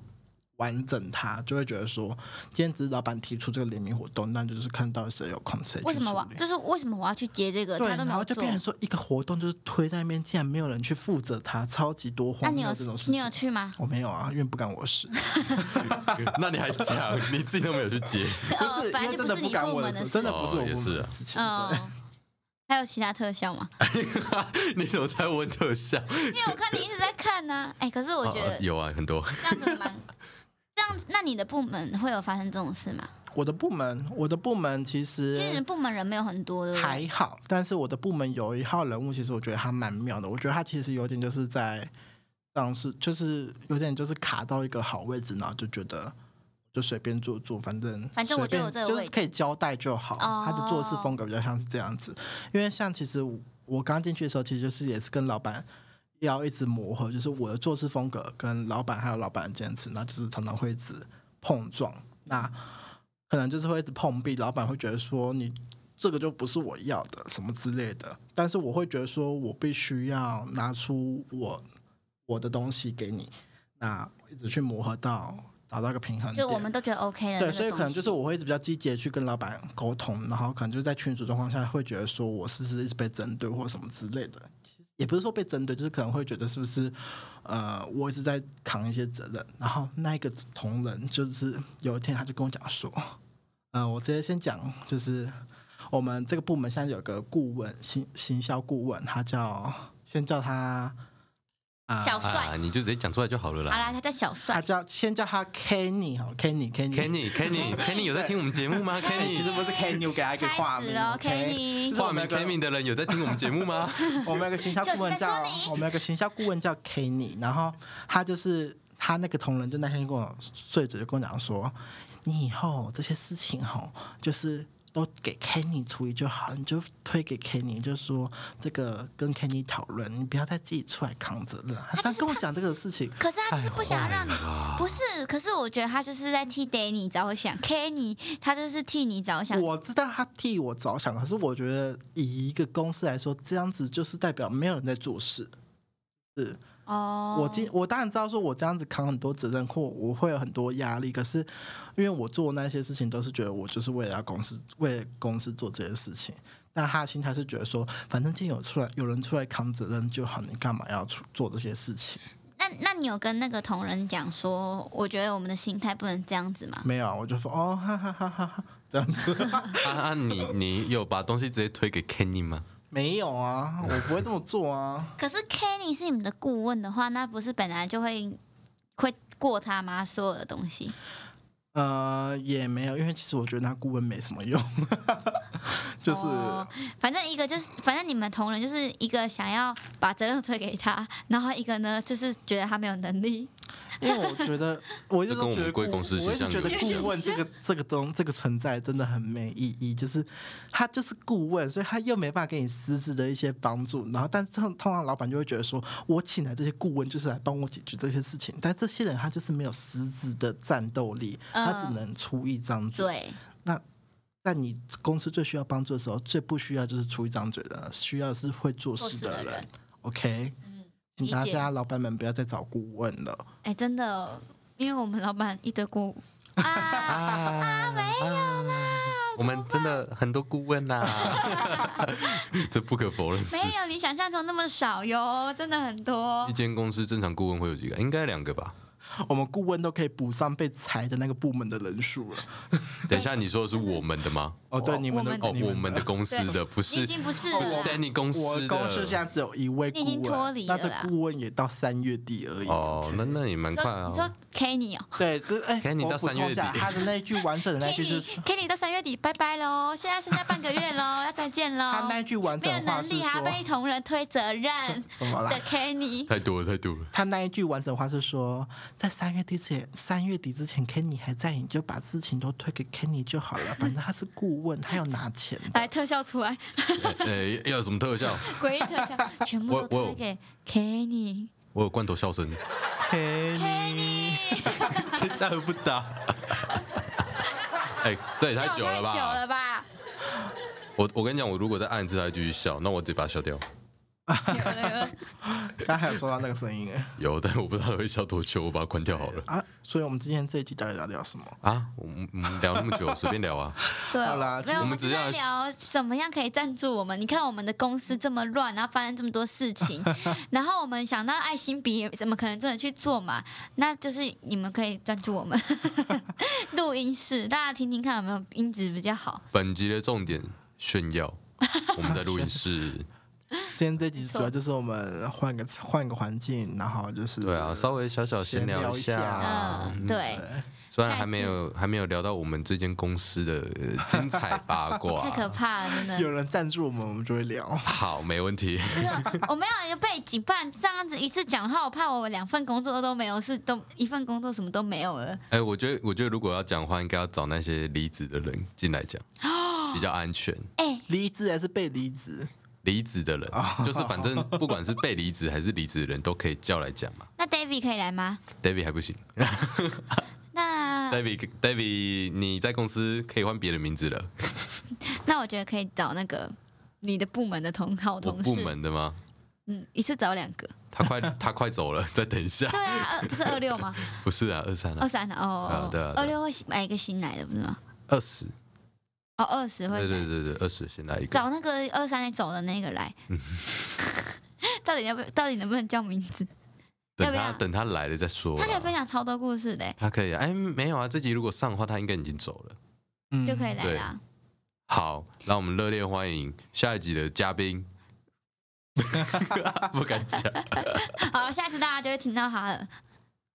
Speaker 2: 完整它，就会觉得说，今天只是老板提出这个联名活动，那就是看到底谁有空谁去
Speaker 1: 为什么
Speaker 2: 处
Speaker 1: 我
Speaker 2: 理
Speaker 1: 就是为什么我要去接这个？
Speaker 2: 对，
Speaker 1: 他都
Speaker 2: 然
Speaker 1: 没
Speaker 2: 后
Speaker 1: 有
Speaker 2: 就
Speaker 1: 做
Speaker 2: 变。成说一个活动就是推在那边，竟然没有人去负责它，超级多
Speaker 1: 那
Speaker 2: 荒
Speaker 1: 你有
Speaker 2: 谬这种事
Speaker 1: 你有
Speaker 2: 情。
Speaker 1: 去吗？
Speaker 2: 我没有啊，因为不干我 事，
Speaker 3: 那你还讲，你自己都没有去接，
Speaker 2: 不是
Speaker 1: 哦，本来
Speaker 2: 因为
Speaker 1: 就
Speaker 2: 真
Speaker 1: 不
Speaker 2: 不
Speaker 1: 你
Speaker 2: 干
Speaker 1: 部
Speaker 2: 我
Speaker 1: 门
Speaker 2: 事，
Speaker 1: 事
Speaker 2: 真。的不是我
Speaker 3: 哦也
Speaker 2: 部门
Speaker 3: 是
Speaker 2: 的
Speaker 3: 啊
Speaker 2: 事情。
Speaker 1: 嗯
Speaker 2: 对，，
Speaker 1: 还有其他特效 吗？
Speaker 3: 你怎么在问特效？
Speaker 1: 因为我看你一直在看呢。哎，可是我觉
Speaker 3: 哦
Speaker 1: 得
Speaker 3: 有啊，很多。
Speaker 1: 这样子蛮 这样子。那你的部门会有发生这种事吗？
Speaker 2: 我的部门，我的部门其实
Speaker 1: 其实你的部门人没有很多，对不对？
Speaker 2: 呃还好，但是我的部门有一号人物，其实我觉得他蛮妙的。我觉得他其实有点就是在当时就是有点就是卡到一个好位置，然后就觉得就随便做做，反正
Speaker 1: 反正我
Speaker 2: 随
Speaker 1: 就
Speaker 2: 便
Speaker 1: 有这个
Speaker 2: 就
Speaker 1: 位
Speaker 2: 是
Speaker 1: 置
Speaker 2: 可以交代就好。
Speaker 1: 哦
Speaker 2: 他的做事风格比较像是这样子，因为像其实我我刚进去的时候，其实就是也是跟老板。要一直磨合，就是我的做事风格跟老板还有老板的坚持，那就是常常会一直碰撞。那可能就是会一直碰壁，老板会觉得说你这个就不是我要的什么之类的。但是我会觉得说我必须要拿出我我的东西给你，那一直去磨合到达到一个平衡点。
Speaker 1: 就我们都觉得 OK 的那个
Speaker 2: 对，
Speaker 1: 东西。
Speaker 2: 所以可能就是我会一直比较积极的去跟老板沟通，然后可能就是在群主状况下会觉得说我是不是一直被针对或什么之类的，其实也不是说被针对，就是可能会觉得是不是呃我一直在扛一些责任，然后那一个同仁就是有一天他就跟我讲说，呃，我直接先讲就是我们这个部门现在有个顾问行行销顾问，他叫先叫他啊。
Speaker 1: 小哦帅
Speaker 3: 啊，，你就直接讲出来就好了
Speaker 1: 好啦，
Speaker 3: 啦。
Speaker 1: 他叫小帅
Speaker 2: 他。叫先叫他 Kenny 好 Kenny，Kenny
Speaker 3: Kenny，Kenny，Kenny 有在听我们节目
Speaker 1: 哎
Speaker 3: 吗
Speaker 2: 你其
Speaker 3: ？Kenny，
Speaker 2: 实不是 Kenny，我给他一个化
Speaker 1: 开始
Speaker 2: 名
Speaker 1: 了 Kenny
Speaker 2: ，OK？就是我
Speaker 3: 化名
Speaker 2: 们有个
Speaker 3: Kenny 的人有在听我们节 目吗？
Speaker 2: 我们有个行销顾
Speaker 1: 就
Speaker 2: 问叫
Speaker 1: 是在说你，
Speaker 2: 我们有个行销顾问叫 Kenny，然后他就是他那个同仁就那天就跟我睡着就跟我讲说，你以后这些事情吼，就是。都给 Kenny 处理就好，你就推给 Kenny，就说这个跟 Kenny 讨论，你不要再自己出来扛责任。他这样跟我讲这个事情，
Speaker 1: 可是他就是不想让你，不是？可是我觉得他就是在替 Danny 着想，Kenny 他就是替你着想。
Speaker 2: 我知道他替我着想，可是我觉得以一个公司来说，这样子就是代表没有人在做事。是
Speaker 1: 哦，
Speaker 2: 我今我当然知道，说我这样子扛很多责任或我会有很多压力，可是因为我做那些事情都是觉得我就是为了要公司为了公司做这些事情。但他的心态是觉得说，反正今天有出来有人出来扛责任就好，你干嘛要出做这些事情？
Speaker 1: 那那你有跟那个同仁讲说，我觉得我们的心态不能这样子吗？
Speaker 2: 没有啊，我就说哦，哈哈哈哈哈，这样子
Speaker 3: 啊啊，你你有把东西直接推给 Kenny 吗？
Speaker 2: 没有啊，我不会这么做啊。
Speaker 1: 可是 Kenny 是你们的顾问的话，那不是本来就会会过他吗？所有的东西，
Speaker 2: 呃，也没有，因为其实我觉得那顾问没什么用， 就是、
Speaker 1: 哦反正一个就是，反正你们同仁就是一个想要把责任推给他，然后一个呢就是觉得他没有能力。
Speaker 2: 因为我觉得，我一直
Speaker 3: 这跟
Speaker 2: 都
Speaker 3: 我
Speaker 2: 觉
Speaker 3: 们
Speaker 2: 得顾，
Speaker 3: 贵公司
Speaker 2: 我一
Speaker 3: 形
Speaker 2: 直
Speaker 3: 象
Speaker 2: 觉得
Speaker 3: 有
Speaker 2: 顾
Speaker 3: 点
Speaker 2: 问这个这个东这个存在真的很没意义，就是他就是顾问，所以他又没办法给你实质的一些帮助。然后，但是通通常老板就会觉得说，我请来这些顾问就是来帮我解决这些事情，但这些人他就是没有实质的战斗力，他只
Speaker 1: 嗯
Speaker 2: 能出一张嘴。
Speaker 1: 对，
Speaker 2: 那在你公司最需要帮助的时候，最不需要就是出一张嘴的，需要的是会做
Speaker 1: 做
Speaker 2: 事
Speaker 1: 事
Speaker 2: 的
Speaker 1: 的
Speaker 2: 人
Speaker 1: 人。嗯
Speaker 2: OK，请
Speaker 1: 理
Speaker 2: 大
Speaker 1: 解
Speaker 2: 家老板们不要再找顾问了。
Speaker 1: 哎，真的，因为我们老板一堆顾啊，
Speaker 3: 啊，没有啦，我们真的很多顾问 啦，这不可否认是
Speaker 1: 没。有你想象中那么少哟，真的很多
Speaker 3: 一。间公司正常顾问会有几个？应该两个吧？
Speaker 2: 我们顾问都可以补上被裁的那个部门的人数了。
Speaker 3: 等一下，你说的是我们的吗？
Speaker 2: 哦，对，你们的
Speaker 1: 我们
Speaker 3: 哦，
Speaker 2: 你
Speaker 3: 我们
Speaker 2: 的
Speaker 3: 的公司
Speaker 1: 对
Speaker 3: 的
Speaker 1: 你
Speaker 3: 不
Speaker 1: 已
Speaker 3: 是
Speaker 1: 经不是了
Speaker 3: 是
Speaker 1: 啦。
Speaker 3: Danny 公
Speaker 2: 我
Speaker 3: 司
Speaker 2: 公司现
Speaker 3: 的
Speaker 2: 在只有一位顾
Speaker 1: 你已经脱
Speaker 2: 问
Speaker 1: 离，
Speaker 2: 那
Speaker 1: 了
Speaker 2: 这
Speaker 1: 啦
Speaker 2: 顾问也到三月底而已。
Speaker 3: 哦，那那也蛮
Speaker 1: 你
Speaker 3: 快
Speaker 1: 说
Speaker 3: 啊
Speaker 1: 你。说 Kenny 哦
Speaker 2: 对，这哎，
Speaker 3: 可以你
Speaker 2: 我
Speaker 3: 到
Speaker 2: 补
Speaker 3: 三
Speaker 2: 充
Speaker 3: 月
Speaker 2: 一下
Speaker 3: 底
Speaker 2: 他的那一句完整的那一 句就是
Speaker 1: ，Kenny Kenny 到三月底拜拜喽，现在剩下半个月喽，要再见喽。
Speaker 2: 他那一句完
Speaker 1: 没
Speaker 2: 整
Speaker 1: 有
Speaker 2: 的话
Speaker 1: 能
Speaker 2: 是
Speaker 1: 力还要
Speaker 2: 说
Speaker 1: 被同仁推责 任
Speaker 2: 什么啦
Speaker 1: 的？Kenny，
Speaker 3: 太多了，太多 了。
Speaker 2: 他那一句完整话是说，在三月底前，三月底之前，Kenny 还在，你就把事情都推给 Kenny 就好 了，反正他是顾问，他要拿钱的。
Speaker 1: 来特效出来，
Speaker 3: 呃，要有什么特效？
Speaker 1: 诡异特效，全部
Speaker 3: 我我
Speaker 1: 都
Speaker 3: 有
Speaker 1: 推给 Kenny。
Speaker 3: 我有罐头笑声，
Speaker 2: 嗯 Kenny，
Speaker 3: 下颌不搭。哎，这也太久了
Speaker 1: 笑
Speaker 3: 吧？
Speaker 1: 太久了吧？
Speaker 3: 我我跟你讲，我如果再按一次，它还继续笑，那我直接把它笑掉。
Speaker 1: 有了有了
Speaker 2: 刚才还有收到那个声音哎
Speaker 3: 有，但我不知道它会笑多久，我把它关掉好了。
Speaker 2: 啊！所以我们今天这一集到底要聊什么？
Speaker 3: 啊，我们我们聊那么久，随便聊啊。
Speaker 1: 对，
Speaker 2: 好啦
Speaker 1: 没有，
Speaker 3: 我
Speaker 1: 我
Speaker 3: 们
Speaker 1: 们
Speaker 3: 只
Speaker 1: 只是在
Speaker 3: 要
Speaker 1: 聊怎么样可以赞助我们。你看我们的公司这么乱，然后发生这么多事情，然后我们想到爱心笔，怎么可能真的去做嘛？那就是你们可以赞助我们录音室，大家听听看有没有音质比较好。
Speaker 3: 本集的重点炫耀，我们在录音室。
Speaker 2: 今天这集主要就是我们换个 换个环境，然后就是
Speaker 3: 对啊，稍微小小闲聊
Speaker 2: 闲聊一
Speaker 3: 下
Speaker 2: 下，
Speaker 1: 嗯，对，
Speaker 3: 虽然还没有还没有聊到我们这间公司的呃精彩八
Speaker 1: 太可
Speaker 3: 卦。
Speaker 1: 怕了，真的。
Speaker 2: 有人赞助我们，我们就会聊。
Speaker 3: 好，没问题。
Speaker 1: 就是我没有一个背景，不然这样子一次讲的话，我怕我两份工作都没有，是都一份工作什么都没有了。
Speaker 3: 哎、我觉得我觉得如果要讲的话，应该要找那些离职的人进来讲，比较安全。
Speaker 1: 哎、
Speaker 2: 离职还是被离职？
Speaker 3: 离职的人，就是反正不管是被离职还是离职的人都可以叫来讲嘛。
Speaker 1: 那 David 可以来吗？
Speaker 3: David 还不行
Speaker 1: 嗯那
Speaker 3: ，David David 你在公司可以换别的名字了，
Speaker 1: 那我觉得可以找那个你的部门的同好
Speaker 3: 我
Speaker 1: 同事，
Speaker 3: 部门 的吗？
Speaker 1: 嗯，一次找两个。
Speaker 3: 他快他快走了， 再等一下。
Speaker 1: 对啊，二不是二六 吗？
Speaker 3: 不是啊，二三
Speaker 1: 二
Speaker 3: 啊，
Speaker 1: 三哦
Speaker 3: 啊，对啊对啊
Speaker 1: 二六会买一个新来的不是吗？
Speaker 3: 二十，
Speaker 1: 哦，二十会
Speaker 3: 对
Speaker 1: 买
Speaker 3: 对对对，二十先来一个。
Speaker 1: 找那个二三走的那个 来。到底要不到底能不能叫名字？
Speaker 3: 等
Speaker 1: 要不
Speaker 3: 他
Speaker 1: 要
Speaker 3: 等他来了再说啦。
Speaker 1: 他可以分享超多故事的欸，
Speaker 3: 他可以啊，哎，没有啊，这集如果上的话，他应该已经走了。
Speaker 2: 嗯
Speaker 1: 就可以来啦。
Speaker 3: 好，让我们热烈欢迎下一集的 嘉宾。 不敢讲，
Speaker 1: 好，下次大家就会听到他了，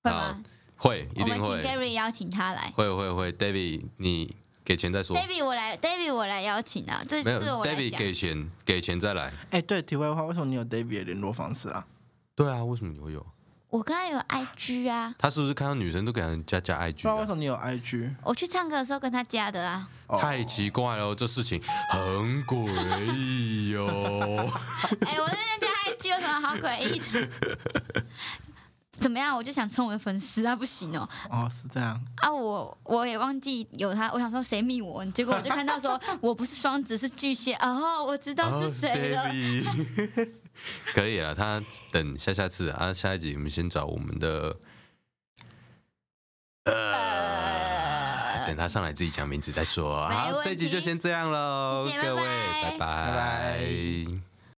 Speaker 1: 会吗？
Speaker 3: 会一
Speaker 1: 我们
Speaker 3: 定
Speaker 1: 请
Speaker 3: 会，
Speaker 1: Gary 邀请他来。
Speaker 3: 会会会，David，你给钱再说。
Speaker 1: David 我来，David 我来邀请啊，这
Speaker 3: 没有
Speaker 1: 这个我来
Speaker 3: ，David
Speaker 1: 讲。
Speaker 3: 给钱，给钱再来。
Speaker 2: 哎、对，题外话，为什么你有 David 的联络方式啊？
Speaker 3: 对啊，为什么你会有？
Speaker 1: 我刚刚有 IG 啊，
Speaker 3: 他是不是看到女生都给人家加啊
Speaker 2: 不啊然为
Speaker 3: IG？
Speaker 2: 什么你有 IG？
Speaker 1: 我去唱歌的时候跟他加的啊。
Speaker 2: 哦
Speaker 3: 太奇怪了，这事情很诡异哦哟。
Speaker 1: 哎、我在那加 IG 有什么好诡异的？怎么样？我就想冲我的粉丝啊，不行哦！
Speaker 2: 哦，是这样。
Speaker 1: 啊，我我也忘记有他，我想说谁密我，结果我就看到说我不是双子是巨蟹，哦，我知道是谁了。
Speaker 3: 哦啊 David，可 以了，他等下下次啊，下一集我们先找我们的，呃，等他上来自己讲名字再说。啊
Speaker 1: 没
Speaker 3: 好，
Speaker 1: 问
Speaker 3: 这集就
Speaker 1: 题
Speaker 3: 先这样喽，
Speaker 1: 谢谢
Speaker 3: 各位，
Speaker 1: 拜拜
Speaker 3: 拜
Speaker 2: 拜
Speaker 3: 拜